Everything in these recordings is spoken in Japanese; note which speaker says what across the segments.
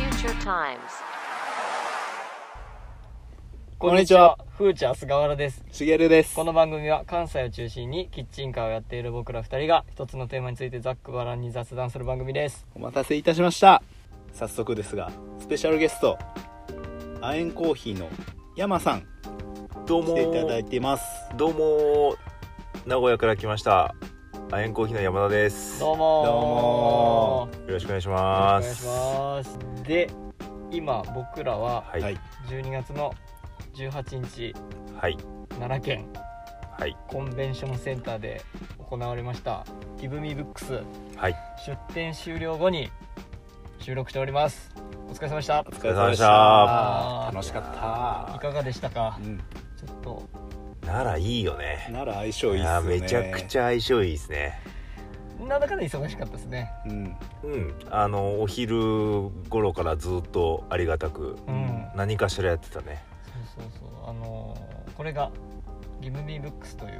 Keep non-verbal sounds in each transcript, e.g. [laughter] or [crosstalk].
Speaker 1: times.
Speaker 2: こんにちは。
Speaker 3: ふーちゃん菅原です。
Speaker 2: しげるです
Speaker 3: この番組は関西を中心にキッチンカーをやっている僕ら二人が一つのテーマについてざっくばらんに雑談する番組です。
Speaker 2: お待たせいたしました早速ですがスペシャルゲスト亜鉛コーヒーの山さん
Speaker 4: どう
Speaker 2: 来
Speaker 4: も
Speaker 2: ていただい
Speaker 4: ー
Speaker 2: てます
Speaker 4: どうもー名古屋から来ましたアエンコーヒーの山田です
Speaker 3: ど
Speaker 4: よ
Speaker 3: うもー。
Speaker 4: ろしくお願いし
Speaker 3: よ
Speaker 4: ま
Speaker 3: ろ
Speaker 4: す
Speaker 3: しくお願いします。で、今僕らは
Speaker 4: はい
Speaker 2: は
Speaker 4: はいい
Speaker 3: 12月の18日
Speaker 4: はい、
Speaker 3: 奈良県コンベンションセンターで行われましたギブミブックス
Speaker 4: はい
Speaker 3: 出展終了後に収録しております。お疲れ様でした
Speaker 2: お。疲
Speaker 4: れ
Speaker 2: れ
Speaker 4: 様
Speaker 2: 様
Speaker 4: で
Speaker 2: で
Speaker 4: し
Speaker 2: したた楽し
Speaker 3: い
Speaker 2: か
Speaker 3: かがでしたか
Speaker 2: っ。たうん
Speaker 3: ちょっと
Speaker 4: 奈良いいよね
Speaker 2: なら相性いいっ
Speaker 4: いや
Speaker 2: す
Speaker 4: ー
Speaker 2: ね
Speaker 4: めちゃくちゃ相性いいですね
Speaker 3: なんだかんだ忙しかったですね。
Speaker 2: うん
Speaker 4: うんあのお昼頃からずっとありがたく
Speaker 3: うん。
Speaker 4: 何かしらやってたね
Speaker 3: そうそうそうあのーこれがギブミーブックスという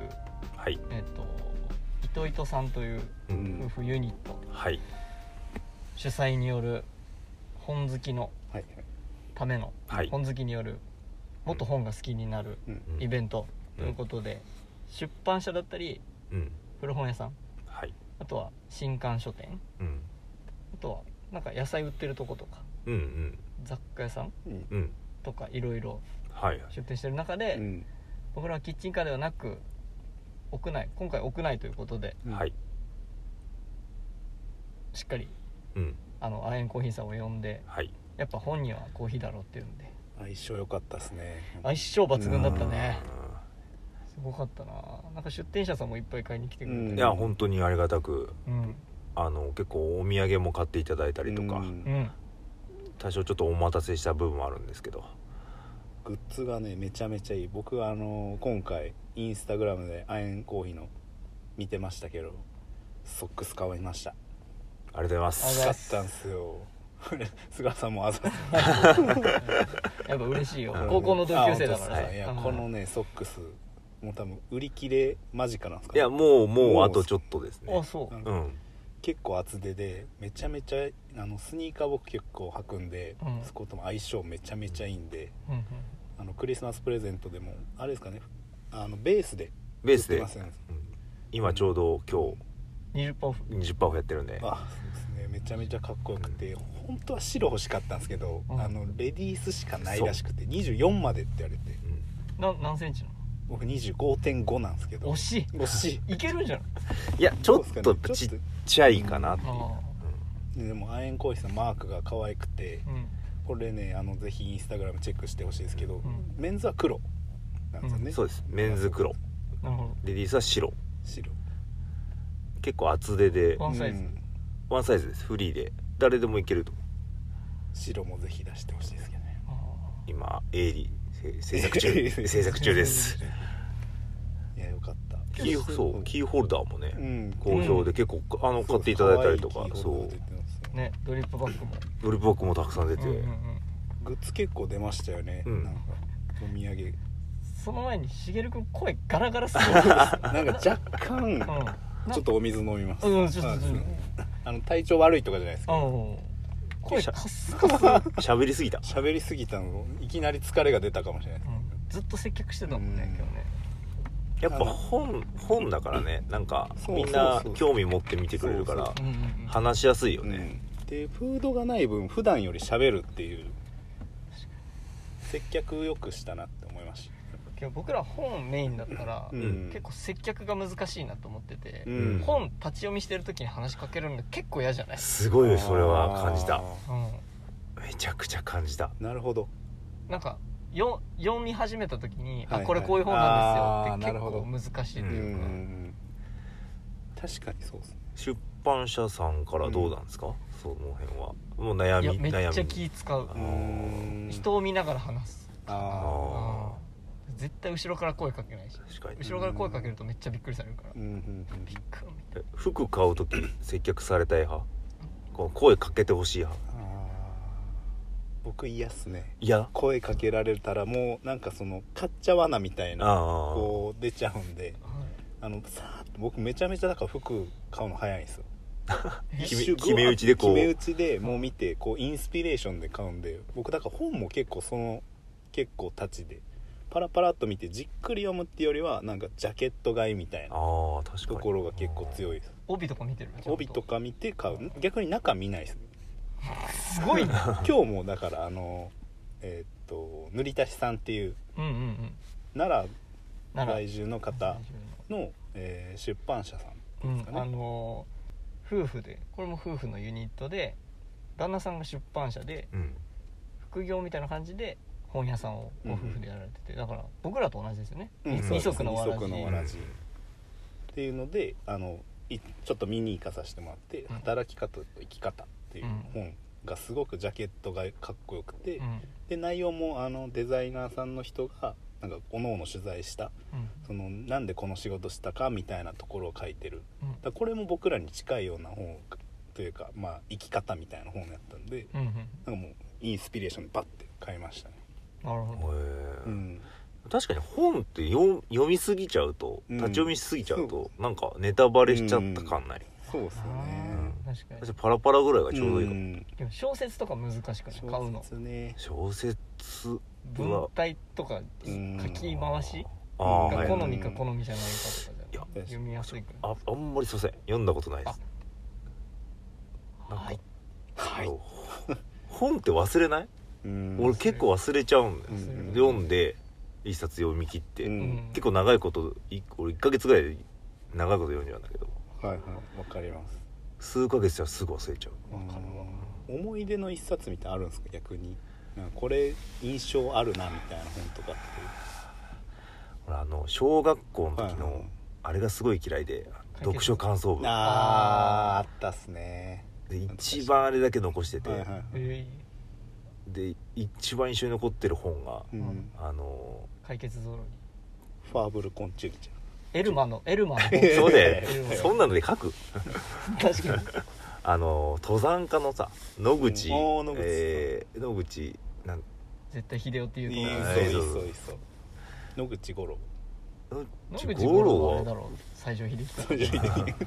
Speaker 4: はい
Speaker 3: えっ、と伊藤伊藤さんという
Speaker 2: う
Speaker 4: う
Speaker 2: ん
Speaker 3: 夫婦ユニット
Speaker 4: はい
Speaker 3: 主催による本好きの
Speaker 2: はい
Speaker 3: ための、
Speaker 4: はい
Speaker 3: 本好きによるもっと本が好きになる
Speaker 4: うん
Speaker 3: イベント
Speaker 4: う
Speaker 3: と
Speaker 4: ん
Speaker 3: いうことで、出版社だったり
Speaker 4: うん
Speaker 3: 古本屋さん
Speaker 4: はい
Speaker 3: あとは新刊書店
Speaker 4: うん
Speaker 3: あとはなんか野菜売ってるとことか
Speaker 4: うんうん
Speaker 3: 雑貨屋さん
Speaker 2: うん
Speaker 4: うん
Speaker 3: とかいろいろ
Speaker 4: はい
Speaker 3: 出店してる中で、
Speaker 2: うん
Speaker 3: 僕らはキッチンカーではなく屋内今回屋内ということで
Speaker 2: うん
Speaker 4: はい
Speaker 3: しっかり
Speaker 4: うん
Speaker 3: あの亜鉛コーヒーさんを呼んで
Speaker 4: はい
Speaker 3: やっぱ本人はコーヒーだろうっていうんで
Speaker 2: 相性良かったですね
Speaker 3: 相性抜群だったね
Speaker 4: うん
Speaker 3: すごかったななんか出店者さんもいっぱい買いに来てくれて、
Speaker 2: うん
Speaker 4: いや本当にありがたく
Speaker 3: うん
Speaker 4: あの結構お土産も買っていただいたりとか、
Speaker 2: うん
Speaker 3: うん
Speaker 4: 多少ちょっとお待たせした部分もあるんですけど
Speaker 2: グッズがねめちゃめちゃいい僕はあの今回インスタグラムでアエンコーヒーの見てましたけどソックス買いました
Speaker 4: ありがとうございま
Speaker 3: ありがとうござい
Speaker 4: す
Speaker 2: 買
Speaker 3: ま
Speaker 2: っ
Speaker 3: す
Speaker 2: たんすよ [laughs] 菅原さんもあざ
Speaker 3: やっぱ嬉しいよ
Speaker 4: うん
Speaker 3: 高校の同級生だか
Speaker 2: あ
Speaker 3: ら
Speaker 2: 本当ですい
Speaker 3: ね
Speaker 2: や
Speaker 3: うん
Speaker 2: このねソックスもう多分売り切れ間近なんですか
Speaker 4: い
Speaker 2: ね
Speaker 4: やもうもうあとちょっとです
Speaker 3: あ
Speaker 4: ね
Speaker 3: そううん
Speaker 4: うん
Speaker 2: 結構厚手でめちゃめちゃあのスニーカー僕結構履くんで、
Speaker 3: うん
Speaker 2: そことも相性めちゃめちゃいいんで
Speaker 3: うんうん
Speaker 2: あのクリスマスプレゼントでもあれですかねあのベースで
Speaker 4: ベース
Speaker 2: 売って
Speaker 4: で
Speaker 2: ますよね
Speaker 4: 今ちょうど今
Speaker 3: 20%オフ
Speaker 4: 日20%オフやってるんで
Speaker 2: あそうですねめちゃめちゃかっこよくて本当は白欲しかったんですけど、
Speaker 3: うん
Speaker 2: あのレディースしかないらしくて24までって言われて
Speaker 4: うん
Speaker 3: な何センチな
Speaker 2: 僕25.5なんですけど
Speaker 3: の惜しい
Speaker 2: 惜しい
Speaker 3: いけるんじゃない
Speaker 4: いやちょっ
Speaker 2: どう
Speaker 4: と
Speaker 2: ですかね
Speaker 4: ちっ
Speaker 2: ちょっ
Speaker 4: ちゃいかなっていう
Speaker 3: あ
Speaker 2: とでもアエンコーヒーさんのマークが可愛くて
Speaker 3: ーうん
Speaker 2: これねあのぜひインスタグラムチェックしてほしいですけ
Speaker 3: う
Speaker 2: ど、
Speaker 3: ん
Speaker 2: メンズは黒なんですよね、
Speaker 4: うんそうですメンズ黒
Speaker 3: なるほ
Speaker 4: レディースは白
Speaker 2: 白
Speaker 4: 結構厚手で
Speaker 3: ワンサイズ
Speaker 2: うん
Speaker 4: ワンサイズですフリーで誰でもいけると
Speaker 2: 白もぜひ出してほしいですけどね
Speaker 3: どあ
Speaker 4: 今鋭利せ制作中制作中です
Speaker 2: いやよかった
Speaker 4: キーそうキーホルダーもね、
Speaker 2: うん
Speaker 4: 好評で結構あの買っていただいたりとかそ
Speaker 3: ー
Speaker 4: う
Speaker 3: ねドリップバッグも
Speaker 4: ドリップバッグもたくさん出て、
Speaker 3: うんうんうん
Speaker 2: グッズ結構出ましたよね、
Speaker 4: うん
Speaker 2: なんかお土産
Speaker 3: その前にしげるくん声ガラガラするんですよ
Speaker 2: なんか若干
Speaker 3: うんな
Speaker 2: ちょっとお水飲みます、
Speaker 3: うんちょっとちょっと
Speaker 2: あの体調悪いとかじゃないですか
Speaker 3: うん声カスカス、
Speaker 4: 喋りすぎた
Speaker 2: 喋りすぎたのいきなり疲れが出たかもしれないです
Speaker 3: ずっと接客してたもんね、
Speaker 2: うん
Speaker 3: 今日ね
Speaker 4: やっぱ本本だからねなんか
Speaker 2: そう
Speaker 4: みん
Speaker 2: そ
Speaker 4: な
Speaker 2: うそう
Speaker 4: 興味持って見てくれるから
Speaker 3: うんうんうん
Speaker 4: 話しやすいよ
Speaker 2: うん
Speaker 4: ね、
Speaker 2: でフードがない分普段より喋るっていう接客よくしたなって思いまし
Speaker 3: 今日僕ら本メインだったら、
Speaker 2: た、
Speaker 4: ん
Speaker 3: 結構接客が難しいなと思ってて、
Speaker 2: うん
Speaker 3: 本立ち読みしてる時に話しかけるの結構嫌じゃない、
Speaker 4: すごいよそれは感じた
Speaker 2: あ
Speaker 3: う
Speaker 4: めちゃくちゃ感じた
Speaker 2: ーなるほど
Speaker 3: ん、なんかよ読み始めた時に「
Speaker 2: はいはい
Speaker 3: あこれこういう本なんですよ」
Speaker 2: あーなるほど
Speaker 3: って結構難しいと
Speaker 2: う
Speaker 3: いうか、
Speaker 2: ん確かにそうですね
Speaker 4: 出版社さんからどうなんですか、その辺はもう悩
Speaker 3: いや
Speaker 4: み
Speaker 3: めっち
Speaker 4: 悩
Speaker 3: ゃ
Speaker 4: み
Speaker 3: 気使う
Speaker 4: あ
Speaker 2: う
Speaker 4: ー
Speaker 2: ん
Speaker 3: 人を見ながら話す
Speaker 2: あ
Speaker 4: あ
Speaker 3: うん絶対後ろから声かけないし
Speaker 4: あ確かに
Speaker 3: 後ろから声かけるとめっちゃびっくりされるから、
Speaker 2: ーうんうんうん
Speaker 3: びっくりみたい
Speaker 4: え服買う時接客されたい派こう声かけてほしい派
Speaker 2: あー僕嫌っすね
Speaker 4: いや
Speaker 2: 声かけられたらもうなんかその買っちゃわなみたい
Speaker 4: あ
Speaker 2: な
Speaker 4: あ
Speaker 2: こう出ちゃうんで
Speaker 3: な、はい [laughs]
Speaker 2: あのさーっと僕めちゃめちゃだから服買うの早いんですよ一周
Speaker 4: 決め決め打ちでこう
Speaker 2: 決め打ちでもう見てこうインスピレーションで買うんで僕だから本も結構その結構たちでパラパラっと見てじっくり読むっていうよりはなんかジャケット買いみたいな
Speaker 4: ああ確かに
Speaker 2: ところが結構強
Speaker 4: い
Speaker 2: いです
Speaker 3: 帯とか見てるちゃん
Speaker 2: 帯とか見て買う逆に中見ないです
Speaker 3: すごいな
Speaker 2: [laughs] 今日もだからあのえーっと塗り足しさんっていう
Speaker 3: うんうんうん
Speaker 2: 奈良
Speaker 3: 奈
Speaker 2: 在住の
Speaker 3: 良
Speaker 2: 方の、えー出版社さん
Speaker 3: うん、
Speaker 2: かね
Speaker 3: あのー夫婦でこれも夫婦のユニットで旦那さんが出版社で
Speaker 4: うん
Speaker 3: 副業みたいな感じで本屋さんをご夫婦でやられてて、だから僕らと同じですよね、
Speaker 2: うん
Speaker 3: 二
Speaker 4: そうです
Speaker 3: 足のわらじ
Speaker 2: 二足のわらじっていうのであのいちょっと見に行かさせてもらって
Speaker 3: う
Speaker 2: 「
Speaker 3: ん
Speaker 2: 働き方と生き方」っていう本がすごくジャケットがかっこよくて、
Speaker 3: うん
Speaker 2: で内容もあのデザイナーさんの人がなんか各々取材した
Speaker 3: うん
Speaker 2: そのなんでこの仕事したかみたいなところを書いてる
Speaker 3: うん
Speaker 2: だからこれも僕らに近いような本というか、まあ、生き方みたいな本やったんで
Speaker 3: うんうん
Speaker 2: なんかもうインスピレーションでバッて買いましたね。
Speaker 3: なるほど、
Speaker 2: う
Speaker 4: へえ
Speaker 2: ん
Speaker 4: 確かに本って読読みすぎちゃうと
Speaker 2: うん
Speaker 4: 立ち読みしすぎちゃうと、なんかネタバレしちゃった感ない、
Speaker 2: そうですよね
Speaker 3: あー確かに
Speaker 4: 私パラパラぐらいがちょうどいいかも、
Speaker 2: ん
Speaker 3: でも小説とか難しくない買うの
Speaker 2: そうですね
Speaker 4: 小説
Speaker 3: 文体とか
Speaker 2: うん
Speaker 3: 書き回し
Speaker 4: ああ
Speaker 3: が
Speaker 4: はい
Speaker 3: 好みか好みじゃないかとかじゃ
Speaker 2: いや
Speaker 3: 読みやすいくらい
Speaker 4: ああんまりすいません読んだことないですなんか
Speaker 3: はい
Speaker 2: はい
Speaker 4: ほ本って忘れない、
Speaker 2: うん
Speaker 4: 俺結構忘れちゃうんだよ、
Speaker 2: うん
Speaker 4: で読んで一冊読み切って、
Speaker 2: うん
Speaker 4: 結構長いことい俺1ヶ月ぐらい長いこと読んじゃうんだけど
Speaker 2: はいはいわかります
Speaker 4: 数ヶ月じゃすぐ忘れちゃう
Speaker 3: わかるわ
Speaker 2: うん思い出の一冊みたいなのあるんですか逆になんかこれ印象あるなみたいな本とかっ
Speaker 4: 俺あの小学校の時
Speaker 2: はいはいは
Speaker 4: の
Speaker 2: い
Speaker 4: あれがすごい嫌いであの
Speaker 3: 解決
Speaker 4: 読書感想
Speaker 2: て
Speaker 4: 文
Speaker 2: あああったっすね
Speaker 4: で一番あれだけ残してて、
Speaker 2: はいはい
Speaker 3: え
Speaker 4: で一番印象に残ってる本が、
Speaker 2: うん
Speaker 3: うん
Speaker 4: あの
Speaker 3: ー解決ぞろり
Speaker 2: ファーブル昆虫記ち
Speaker 3: エルマのエルマの
Speaker 2: え
Speaker 4: そうだ
Speaker 3: [laughs] エ
Speaker 4: よ
Speaker 3: ルマ
Speaker 4: ね
Speaker 3: の
Speaker 4: そんなので書く
Speaker 3: 確かに
Speaker 4: あの登山家のさ野口、
Speaker 2: うんおー野口
Speaker 4: えー野口なん
Speaker 3: 絶対秀夫って
Speaker 2: ゃんい
Speaker 3: いう
Speaker 2: い
Speaker 3: と
Speaker 2: そうい
Speaker 4: え
Speaker 2: い
Speaker 4: そう
Speaker 2: そういいそう野口五郎
Speaker 3: 野
Speaker 4: 野
Speaker 3: 口
Speaker 4: 口
Speaker 3: 五
Speaker 4: 五
Speaker 3: 郎はあ
Speaker 4: 郎
Speaker 3: れだ
Speaker 4: は
Speaker 3: ろう西城秀樹
Speaker 2: そういう意味で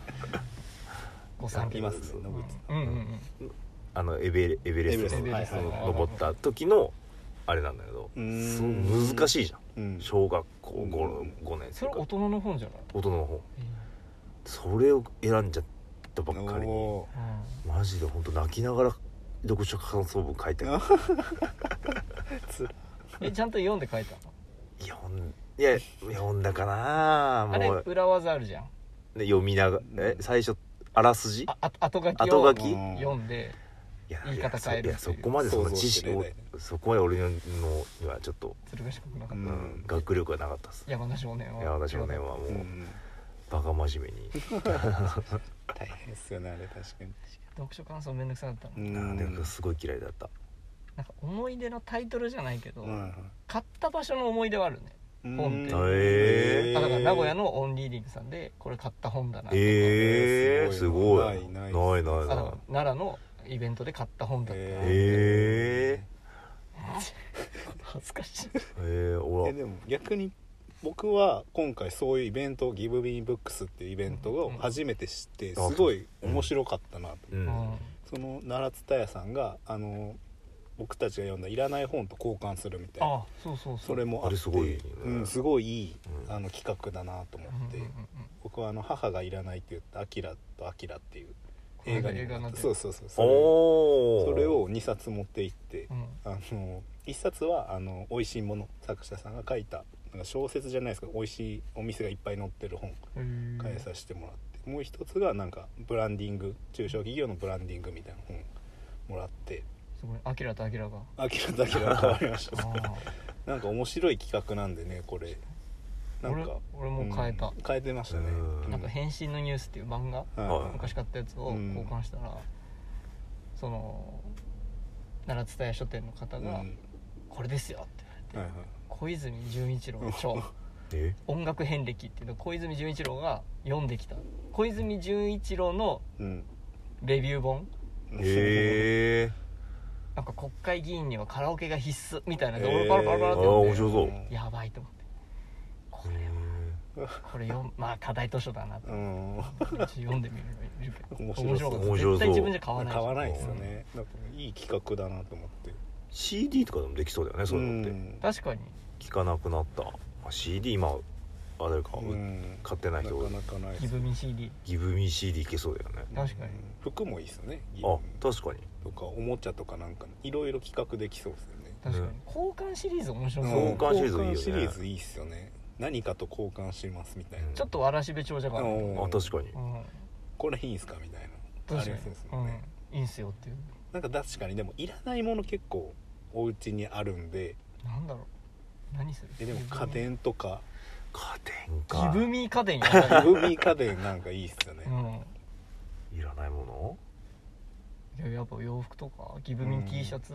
Speaker 3: ご三
Speaker 2: い
Speaker 3: 家
Speaker 2: ますね野口
Speaker 3: うんうんうん
Speaker 4: あのエベレエベレスト
Speaker 3: エベレ
Speaker 4: の
Speaker 3: スト
Speaker 4: そ
Speaker 3: はいはい
Speaker 4: の
Speaker 3: はい
Speaker 4: 登った時のあれなんだけど
Speaker 2: うーん
Speaker 4: すごい難しいじゃん
Speaker 2: うん
Speaker 4: 小学校 5,
Speaker 2: うん
Speaker 4: 5年
Speaker 3: そ
Speaker 4: 生
Speaker 3: れ
Speaker 4: か
Speaker 3: 大人の本じゃない
Speaker 4: 大人の方それを選んじゃったばっかりに
Speaker 2: お
Speaker 4: マジで本当泣きながら読書感想文書いてる
Speaker 2: ーつ
Speaker 3: うんえちゃんと読んで書いたの
Speaker 4: 読んいや読んだかな
Speaker 3: あれ
Speaker 4: もう
Speaker 3: 裏技あるじゃん
Speaker 4: で読みながらえ最初あらすじ
Speaker 3: ああ後書き
Speaker 4: 後
Speaker 3: を
Speaker 4: 書き
Speaker 2: うん
Speaker 3: 読んで
Speaker 4: いや
Speaker 3: 言い方変える
Speaker 4: いやそいやそこまでその知識
Speaker 2: 想像
Speaker 4: を
Speaker 2: してね
Speaker 4: そこまで俺のにはちょっと、
Speaker 3: 鶴ヶくなか
Speaker 2: う
Speaker 3: っ
Speaker 4: うんん学力がなかったです
Speaker 3: た山田少年は
Speaker 4: 山田少年はもう、
Speaker 2: [laughs] うん
Speaker 4: バカ真面目に、
Speaker 2: 大変っすよねあれ確かに
Speaker 3: 読書感想めんどくさかったの
Speaker 2: う
Speaker 4: あ
Speaker 2: ん
Speaker 4: ーなんかすごい嫌いだった
Speaker 3: なんか思い出のタイトルじゃないけど
Speaker 2: はいはい
Speaker 3: 買った場所の思い出はあるね本って
Speaker 2: うん
Speaker 4: へー
Speaker 3: あだから名古屋のオンリーディングさんでこれ買った本だなとか
Speaker 4: ええー、
Speaker 2: す
Speaker 4: す
Speaker 2: ご
Speaker 4: ご
Speaker 2: い
Speaker 4: い
Speaker 2: な
Speaker 4: ない
Speaker 2: な
Speaker 4: ないいない
Speaker 3: あだから奈良のイベントで買った本だった
Speaker 2: へ
Speaker 4: え
Speaker 3: [laughs] 恥ずかしい
Speaker 4: えー、
Speaker 2: ーえ
Speaker 4: 俺
Speaker 2: でも逆に僕は今回そういうイベント「ギブ・ミー・ブックス」っていうイベントを初めて知ってす
Speaker 4: うん
Speaker 2: ごい面白かったなと、
Speaker 4: うん、
Speaker 3: うん
Speaker 2: その奈良蔦屋さんがあの僕たちが読んだいらない本と交換するみたいな
Speaker 3: あそうそうそう
Speaker 2: それもあって
Speaker 4: あれすごいね
Speaker 2: うん、すごいいい、
Speaker 4: うん
Speaker 2: あの企画だなと思って、
Speaker 3: うんうん
Speaker 2: 僕はあの母がいらないって言った「アキラとアキラ」っていう
Speaker 3: うん
Speaker 2: 映画
Speaker 3: 映
Speaker 2: に
Speaker 3: 画にな
Speaker 2: な
Speaker 3: っ
Speaker 2: ってて
Speaker 3: る
Speaker 2: そうそうそうそれ
Speaker 4: おお
Speaker 2: それを2冊持って行って、
Speaker 3: うんうん
Speaker 2: あの一冊はあの美味しいもの作者さんが書いたなんか小説じゃないですけど美味しいお店がいっぱい載ってる本
Speaker 3: へー
Speaker 2: 返させてもらって、もう一つがなんかブランディング中小企業のブランディングみたいな本もらって
Speaker 3: すごいアキラとアキ
Speaker 2: [laughs]
Speaker 3: ラが
Speaker 2: 明らだけが変わりました
Speaker 3: あ
Speaker 2: なんか面白い企画なんでねこれ
Speaker 3: あ
Speaker 2: なん
Speaker 3: 俺
Speaker 2: か
Speaker 3: 俺も変えた
Speaker 2: うん、変えてましたね
Speaker 4: うん
Speaker 3: なんか「変身のニュース」っていう漫画
Speaker 2: はい
Speaker 4: はい
Speaker 3: 昔買ったやつを
Speaker 2: うん
Speaker 3: 交換したら、その奈良蔦屋書店の方
Speaker 2: うん
Speaker 3: が
Speaker 2: はい
Speaker 3: 「これですよ」って言
Speaker 2: は
Speaker 3: われて、
Speaker 2: い
Speaker 3: 小泉純一郎の
Speaker 2: [laughs]
Speaker 3: 書
Speaker 4: え
Speaker 3: 音楽遍歴っていうのを小泉純一郎が読んできた小泉純一郎の
Speaker 2: うん
Speaker 3: レビュー本
Speaker 4: え
Speaker 3: なんか国会議員にはカラオケが必須みたいな
Speaker 2: [laughs] へー
Speaker 3: で俺パラパラパラっ
Speaker 4: ー、ああ
Speaker 3: て
Speaker 4: ー
Speaker 3: 読んで、
Speaker 4: 面白そう
Speaker 2: うん
Speaker 3: やばいと思ってこ
Speaker 4: へ
Speaker 3: れは
Speaker 4: ー
Speaker 3: これ読むまあ課題図書だなと
Speaker 2: うん
Speaker 3: ちょっと読んでみるのいるけど
Speaker 2: 面白そう
Speaker 3: 面かった
Speaker 4: 面白そう
Speaker 3: 絶対自分じゃ買わない
Speaker 2: 買わないですよねだからいい企画だなと思って
Speaker 4: CD とかでもできそうだよねそういうのって、
Speaker 2: ん
Speaker 3: 確かに
Speaker 4: 聞かなくなった、まあ、CD 今あれか、
Speaker 2: うん
Speaker 4: 買ってない
Speaker 2: な
Speaker 4: 人
Speaker 2: かなかない
Speaker 3: ギ
Speaker 2: です
Speaker 3: ブミ CD
Speaker 4: ギブミー CD いけそうだよね
Speaker 3: 確かに
Speaker 2: うん服もいいですよね
Speaker 4: あ確かに
Speaker 2: とかおもちゃとかなんかいろいろ企画できそうですよね
Speaker 3: 確かに、
Speaker 4: うん
Speaker 3: 交換シリーズ面白そう、
Speaker 2: うん
Speaker 4: 交換シリーズいいよね
Speaker 2: 交換シリーズいいっすよね何かと交換しますみたいな
Speaker 4: うん
Speaker 3: ちょっとわらしべ長者がある、うん、
Speaker 4: あ確かに
Speaker 2: これいいんすかみたいな
Speaker 3: 確か
Speaker 2: あ
Speaker 3: に
Speaker 2: りそうですもんね、
Speaker 3: うん、いいんすよっていう
Speaker 2: なんか確かにでもいらないもの結構お家にあるんで
Speaker 3: なんだろう何する
Speaker 2: えでも家電と
Speaker 4: [laughs]
Speaker 2: か
Speaker 4: 家電
Speaker 3: ギ
Speaker 4: か
Speaker 3: ブミ家電やばい
Speaker 2: グミ家電なんかいいっすよね
Speaker 3: う
Speaker 4: いらないも
Speaker 3: んいややっぱ洋服とかギブミン T シャツ、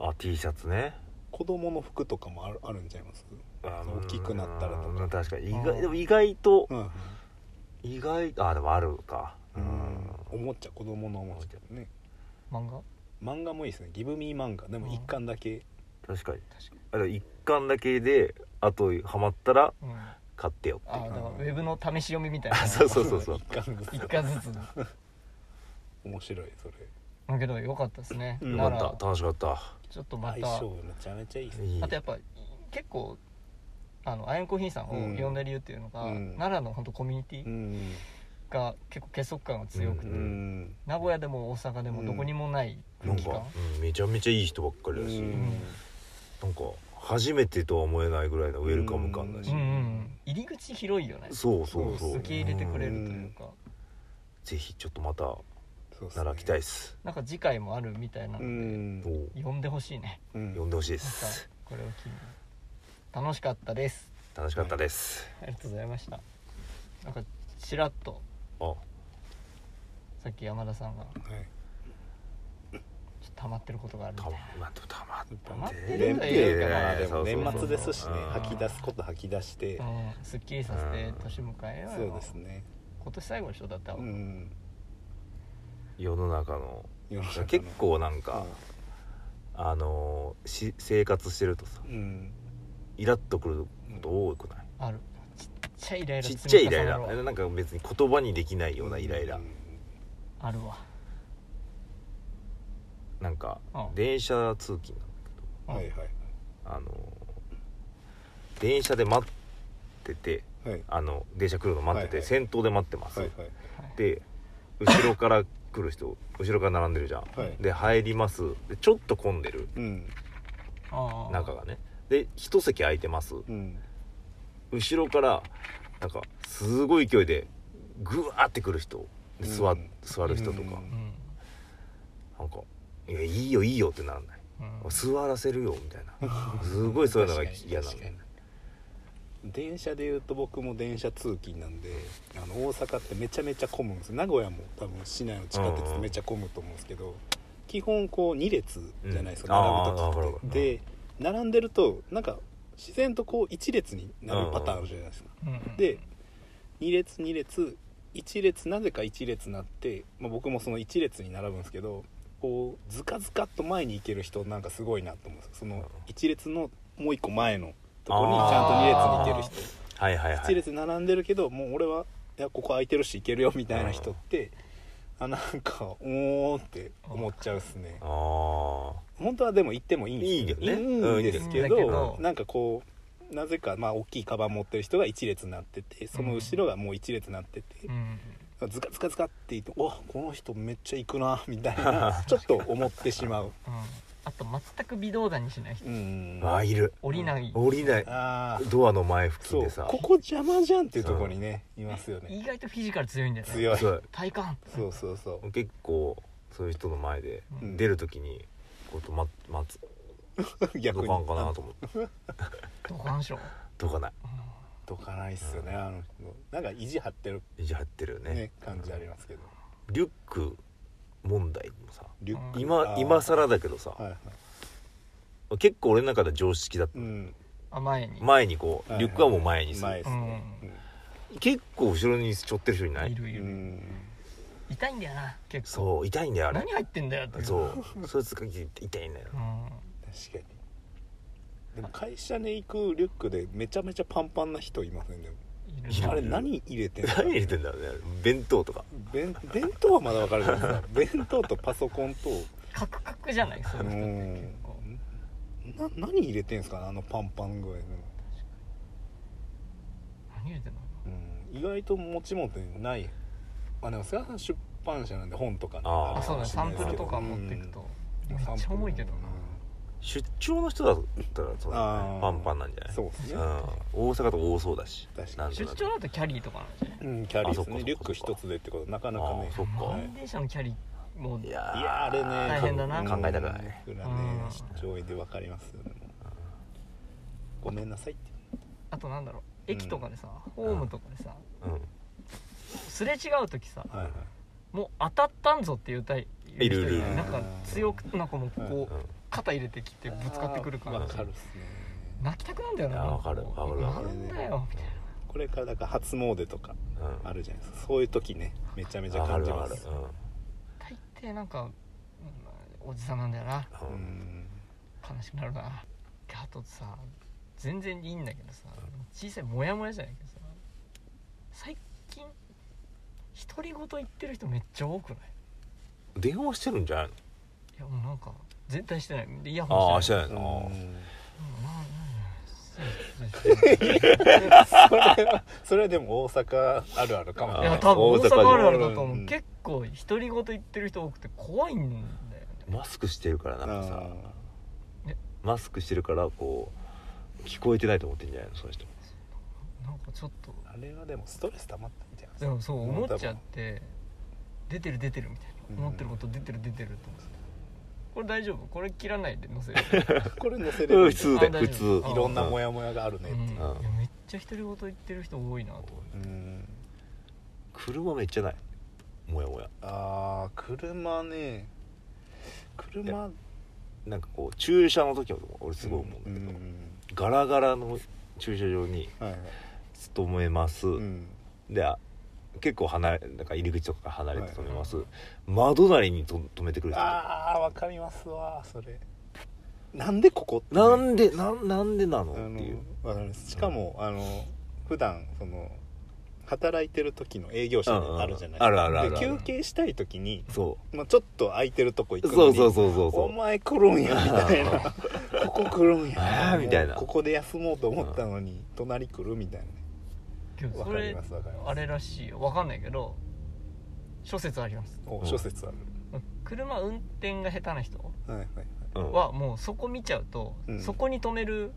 Speaker 4: のあ T シャツね
Speaker 2: 子供の服とかもあるあるんちゃいます
Speaker 4: あ
Speaker 2: 大きくなったらとか
Speaker 4: うん確かに意
Speaker 3: う
Speaker 4: 外
Speaker 3: ん
Speaker 4: でも意外と
Speaker 2: うん、
Speaker 4: 意外あでもあるかうん
Speaker 2: おもちゃ子供のおもちゃね
Speaker 3: 漫画
Speaker 2: 漫画もいいですねギブミー漫画でも一巻だけ
Speaker 4: 確かに
Speaker 3: 確か
Speaker 4: あでも一巻だけであとハマったら
Speaker 3: に、うん、
Speaker 4: 買ってよって
Speaker 3: あだ
Speaker 4: いう
Speaker 3: からウェブの試し読みみたいな
Speaker 4: あ [laughs] そうそうそうそう
Speaker 2: 一巻ずつ
Speaker 3: 一回ずつ
Speaker 2: 面白いそれ
Speaker 3: だけど良かったですね、
Speaker 2: うん
Speaker 3: な
Speaker 4: よからった楽しかった
Speaker 3: ちょっとま
Speaker 2: 相
Speaker 3: た
Speaker 2: 性めちゃめちゃいいですね
Speaker 4: いい
Speaker 3: あとやっぱ結構あのアイアンコーヒーさんを呼んだ理由っていうのが、
Speaker 2: うん
Speaker 3: 奈良の本当コミュニテ
Speaker 2: う
Speaker 3: ィ
Speaker 2: ん
Speaker 3: が結構結束感が強くて、
Speaker 2: う
Speaker 4: うん
Speaker 3: 名古屋でも大阪でもどこにもない
Speaker 4: な
Speaker 3: 空
Speaker 4: ん
Speaker 3: 気
Speaker 4: か
Speaker 3: 感、、
Speaker 4: うんめちゃめちゃいい人ばっかりだし、
Speaker 2: うん
Speaker 4: なんか初めてとは思えないぐらいのウェルカム感だし、
Speaker 3: うん
Speaker 2: ん
Speaker 3: うんうん入り口広いよね
Speaker 4: そうそうそう
Speaker 3: 受け入れてくれ
Speaker 4: うん
Speaker 3: るというか、
Speaker 4: ぜひちょっとまた
Speaker 2: そうっすね
Speaker 4: 奈良来たいっす
Speaker 3: なんか次回もあるみたいな
Speaker 2: う
Speaker 3: ので、
Speaker 2: ん
Speaker 4: おう
Speaker 3: 呼んでほしいね
Speaker 2: うん
Speaker 4: 呼んでほしいで
Speaker 3: なんか
Speaker 4: す
Speaker 3: これを機に楽しかったです
Speaker 4: 楽しかったです、
Speaker 3: ありがとうございましたなんかちらっと
Speaker 4: あ
Speaker 3: さっき山田さんがちょっ
Speaker 2: はい
Speaker 3: と溜まってることがあるみた
Speaker 4: た
Speaker 3: いな
Speaker 4: まあたまって
Speaker 3: 溜まってる
Speaker 2: 連
Speaker 3: んだ
Speaker 2: 休
Speaker 3: よ
Speaker 2: でまあで
Speaker 4: そ
Speaker 2: も
Speaker 4: うそうそ
Speaker 2: 年
Speaker 4: う
Speaker 2: 末ですしね
Speaker 4: うん
Speaker 2: 吐き出すこと吐き出して
Speaker 3: うんすっきりさせて年迎えよう
Speaker 2: そ
Speaker 3: よ
Speaker 2: うですね
Speaker 3: 今年最後でしょだったら、
Speaker 2: うん
Speaker 4: 世の中の
Speaker 2: 世の中の
Speaker 4: 結構なんか、あのーし生活してるとさ
Speaker 2: うん
Speaker 4: イラッとくること多くない、
Speaker 3: あるちっちゃいイライラ
Speaker 4: ちっちゃいイラ
Speaker 3: 積
Speaker 4: イ
Speaker 3: み重なるわ
Speaker 4: ラなんか別に言葉にできないようなイライラ、
Speaker 2: うん
Speaker 3: あるわ
Speaker 4: なんか
Speaker 3: うん
Speaker 4: 電車通勤なんだけど
Speaker 3: うん
Speaker 2: はいはい
Speaker 4: あのー電車で待ってて
Speaker 2: はい
Speaker 4: あの電車来るの待ってて、
Speaker 2: はいはい
Speaker 4: 先頭で待ってます、
Speaker 2: はいはい
Speaker 4: で後ろから来る人後ろから並んでるじゃん、
Speaker 2: はい
Speaker 4: で入りますでちょっと混んでる
Speaker 2: うん
Speaker 3: ああ
Speaker 4: 中がねで一席空いてます
Speaker 2: うん
Speaker 4: 後ろからなんかすごい勢いでグワーって来る人で座,、
Speaker 2: うん
Speaker 4: 座る人と
Speaker 2: う
Speaker 4: か、
Speaker 3: う
Speaker 2: ん
Speaker 3: ん
Speaker 4: なんか「いやいいよいいよ」ってならない
Speaker 3: うん
Speaker 4: 座らせるよみたい
Speaker 2: [laughs]
Speaker 4: なすごいそういうのが嫌なの
Speaker 2: 確かに確かに電車でいうと僕も電車通勤なんであの大阪ってめちゃめちゃ混むんです名古屋も多分市内の地下鉄ってめっちゃ混むと思うんですけど基本こう2列じゃないですか、
Speaker 4: う
Speaker 2: 並
Speaker 4: ん
Speaker 2: ぶ
Speaker 4: あーわかる
Speaker 2: 時
Speaker 4: わ
Speaker 2: っ
Speaker 4: かる
Speaker 2: てで並んでるとなんか自然とこう1列になるパターンあるじゃないですか、
Speaker 3: うんうん
Speaker 2: で2列2列1列なぜか1列になって、まあ、僕もその1列に並ぶんですけどこうずかずかっと前に行ける人なんかすごいなと思うんですよその1列のもう1個前のところにちゃんと2列に行ける
Speaker 4: はいはいは
Speaker 2: 人1
Speaker 4: い
Speaker 2: 列に並んでるけどもう俺はいやここ空いてるし行けるよみたいな人ってあなんかおーって思っちゃうっすね
Speaker 4: あ
Speaker 2: 本当はでも行ってもいいんです
Speaker 4: いいよね
Speaker 2: いいんですけど,、
Speaker 3: うんいいんだけど
Speaker 2: なんかこうなぜかまあ大きいカバン持ってる人が1列になっててその後ろがもう1列になってて、
Speaker 3: うん
Speaker 2: ズカズカズカって言って「おこの人めっちゃ行くな」みたいなちょっと思ってしまう
Speaker 3: うんあと全く微動だにしない人
Speaker 2: うん
Speaker 4: ーあーいる
Speaker 3: 降りない
Speaker 4: 降りない
Speaker 2: あー
Speaker 4: ドアの前付近
Speaker 2: そう
Speaker 4: でさ
Speaker 2: ここ邪魔じゃんっていうところにねいますよね
Speaker 3: 意外とフィジカル強いんだよね
Speaker 2: 強い
Speaker 4: そう
Speaker 3: 体感
Speaker 2: そうそうそう
Speaker 4: 結構そういう人の前で
Speaker 2: うん
Speaker 4: 出るときにこうとま待つ
Speaker 2: 逆
Speaker 4: ど
Speaker 2: に
Speaker 4: かんかなと思って
Speaker 3: ドカンショー
Speaker 4: どかない
Speaker 2: どかないっすよねあの人なんか意地張ってる
Speaker 4: 意地張ってるよね
Speaker 2: ね感じありますけど
Speaker 4: リュック問題もさ
Speaker 2: リュック
Speaker 4: 今
Speaker 2: あー
Speaker 4: 今更だけど
Speaker 2: はい
Speaker 4: さ
Speaker 2: はい
Speaker 4: 結構俺の中では常識だった
Speaker 2: うん
Speaker 3: あ前に
Speaker 4: 前にこう
Speaker 2: はい
Speaker 4: リュックはもう前にす
Speaker 2: 前
Speaker 4: る
Speaker 2: ですね
Speaker 4: 結構後ろに背負ってる人いないい
Speaker 3: る
Speaker 2: う
Speaker 3: いる、
Speaker 2: ん
Speaker 3: 痛いんだよな結構
Speaker 4: そう痛いんだよあれ
Speaker 3: 何入ってんだよっていう
Speaker 4: そうそいつが痛いんだよ
Speaker 3: うん
Speaker 2: 確かにでも会社に行くリュックでめちゃめちゃパンパンな人いませんでも
Speaker 4: いる
Speaker 2: あれ何入れてんの
Speaker 4: [laughs] 何入れてんだろうね弁当とか
Speaker 2: 弁弁当はまだわかるけど [laughs] さ弁当とパソコンと
Speaker 3: カクカクじゃないそうういう人って
Speaker 2: ん
Speaker 3: 結構
Speaker 2: な何入れてんすかねあのパンパン具合の、
Speaker 3: 何入れてんの
Speaker 2: うん、意外と持ち物ってないまあでも菅原さん出版社なんで本とかね
Speaker 4: あー
Speaker 3: あそうだね
Speaker 2: る
Speaker 3: サ
Speaker 2: かも
Speaker 3: ン
Speaker 2: し
Speaker 3: プ
Speaker 2: れ
Speaker 3: ルとか持
Speaker 2: ないですけど
Speaker 3: ってくとめっちゃ重いけどな
Speaker 4: 出張の人だったらそうだ
Speaker 2: あ
Speaker 4: ね
Speaker 2: ー
Speaker 4: パンパンなんじゃない
Speaker 2: そうですね
Speaker 4: うん、大阪とか多そうだし
Speaker 2: 確か
Speaker 4: なん
Speaker 2: に
Speaker 3: 出
Speaker 4: となく
Speaker 3: 張だとキャリーとかなんじゃない
Speaker 2: うん、キャリーです
Speaker 4: あそっかそっ
Speaker 2: ね
Speaker 4: か
Speaker 2: リュック一つでってことなかなかね
Speaker 4: あーそっか
Speaker 2: は
Speaker 3: マ
Speaker 2: い
Speaker 3: ンデー社のキャリーもう
Speaker 4: い
Speaker 3: い
Speaker 4: や
Speaker 2: いやーあれね
Speaker 3: 大変だな
Speaker 4: 考えたくない
Speaker 2: 僕らね上位でわかりますよねもうごめんなさいって
Speaker 3: あとなんだろう
Speaker 2: うん
Speaker 3: 駅とかでさ、ホームとかでさ
Speaker 4: うん
Speaker 3: すれ違う時さ
Speaker 2: はいはい
Speaker 3: もう当たったんぞっていう歌い
Speaker 4: いるいるい
Speaker 2: る
Speaker 3: なんか強くなんかもうこ
Speaker 4: うん
Speaker 3: う肩入れてきてぶつかってくる感
Speaker 2: わ
Speaker 3: じ
Speaker 2: かるっすね
Speaker 3: 泣きたくなんだよね
Speaker 4: いやわか
Speaker 3: な
Speaker 4: る
Speaker 3: ん
Speaker 4: わかるわかる
Speaker 3: なんだよみたいな
Speaker 2: これからだから初詣とか
Speaker 4: うん
Speaker 2: あるじゃないですかそういう時ねめちゃめちゃ感じま
Speaker 4: わか
Speaker 2: す
Speaker 4: るわ
Speaker 3: 大抵なんか、うんおじさんなんだよな
Speaker 4: かる
Speaker 2: う
Speaker 4: うんうん
Speaker 2: ん
Speaker 3: 悲しくなるなあとさ全然いいんだけどさ小さいモヤモヤじゃないけどさ最近独り言言ってる人めっちゃ多くない
Speaker 4: 電話してるんじゃない
Speaker 3: いやもうなんか全体してないでイヤ
Speaker 4: のあ
Speaker 3: ホ
Speaker 4: あ
Speaker 3: ンし
Speaker 4: してて
Speaker 3: ない
Speaker 4: ないの
Speaker 2: それはそれはでも大阪あるあるかも
Speaker 3: いや
Speaker 4: あー
Speaker 3: 多分大 [laughs] 阪あるあるだ
Speaker 2: 大阪
Speaker 3: と思
Speaker 2: う
Speaker 3: うん結構独り言言ってる人多くて怖いんだよね
Speaker 4: あマスクしてるからなんかさ
Speaker 2: あ
Speaker 4: マスクしてるからこう聞こえてないと思ってんじゃないのその人
Speaker 3: なんかちょっと
Speaker 2: ーあれはでもストレス溜まったんじゃないです
Speaker 3: で
Speaker 2: か
Speaker 3: もそう思っちゃって出てる出てるみたい
Speaker 2: うん
Speaker 3: な思ってること出てる出てると思ってこれ大丈夫これ切らないで載せる
Speaker 2: これ載せれ
Speaker 4: う
Speaker 2: る
Speaker 4: ん普通だよ
Speaker 3: あ
Speaker 4: 普通
Speaker 3: 大丈夫
Speaker 2: いろんなモ
Speaker 4: や
Speaker 2: ヤモヤがある
Speaker 3: う
Speaker 2: ね
Speaker 3: ん
Speaker 2: って
Speaker 3: い
Speaker 2: いう
Speaker 3: やめっちゃ独り言言ってる人多いなと
Speaker 2: うん
Speaker 4: 車めっちゃないもやもや
Speaker 2: あー車ね車
Speaker 4: なんかこう駐車の時は俺すごい思うんだけど、
Speaker 2: うん
Speaker 4: ガラガラの駐車場に
Speaker 2: はいはい
Speaker 4: 勤めます、
Speaker 2: うん
Speaker 4: であ結構離れなんか入り口とかから離れて
Speaker 2: はい
Speaker 4: 止めます、窓なりにと止めてくる人
Speaker 2: あーわかりますわそれなんでここってね
Speaker 4: なんでなんなんでなの
Speaker 2: あの
Speaker 4: っていう
Speaker 2: わかりますしかも、あの普段その働いてる時の営業者
Speaker 4: うんうん
Speaker 2: であるじゃないですか、
Speaker 4: あるあるある
Speaker 2: で
Speaker 4: ある
Speaker 2: 休憩したい時に、
Speaker 4: そ
Speaker 2: まあ、ちょっと空いてるとこ行
Speaker 4: う
Speaker 2: くの
Speaker 4: そう
Speaker 2: に
Speaker 4: そうそうそうそ
Speaker 2: お
Speaker 4: う
Speaker 2: 前来るんやみたいなここ来るん
Speaker 4: あ
Speaker 2: や
Speaker 4: ーみたいな
Speaker 2: ここで休もうと思ったのに、隣来るみたいなね
Speaker 3: けど
Speaker 2: わ
Speaker 3: そ
Speaker 2: かり
Speaker 3: れ
Speaker 2: ますわかります
Speaker 3: あれらしいよわかんないけど諸説あります
Speaker 2: お諸説ある、
Speaker 3: 車運転が下手な人
Speaker 2: はいはいはい
Speaker 4: うん
Speaker 3: はもうそこ見ちゃうと、
Speaker 2: うん
Speaker 3: そこに止める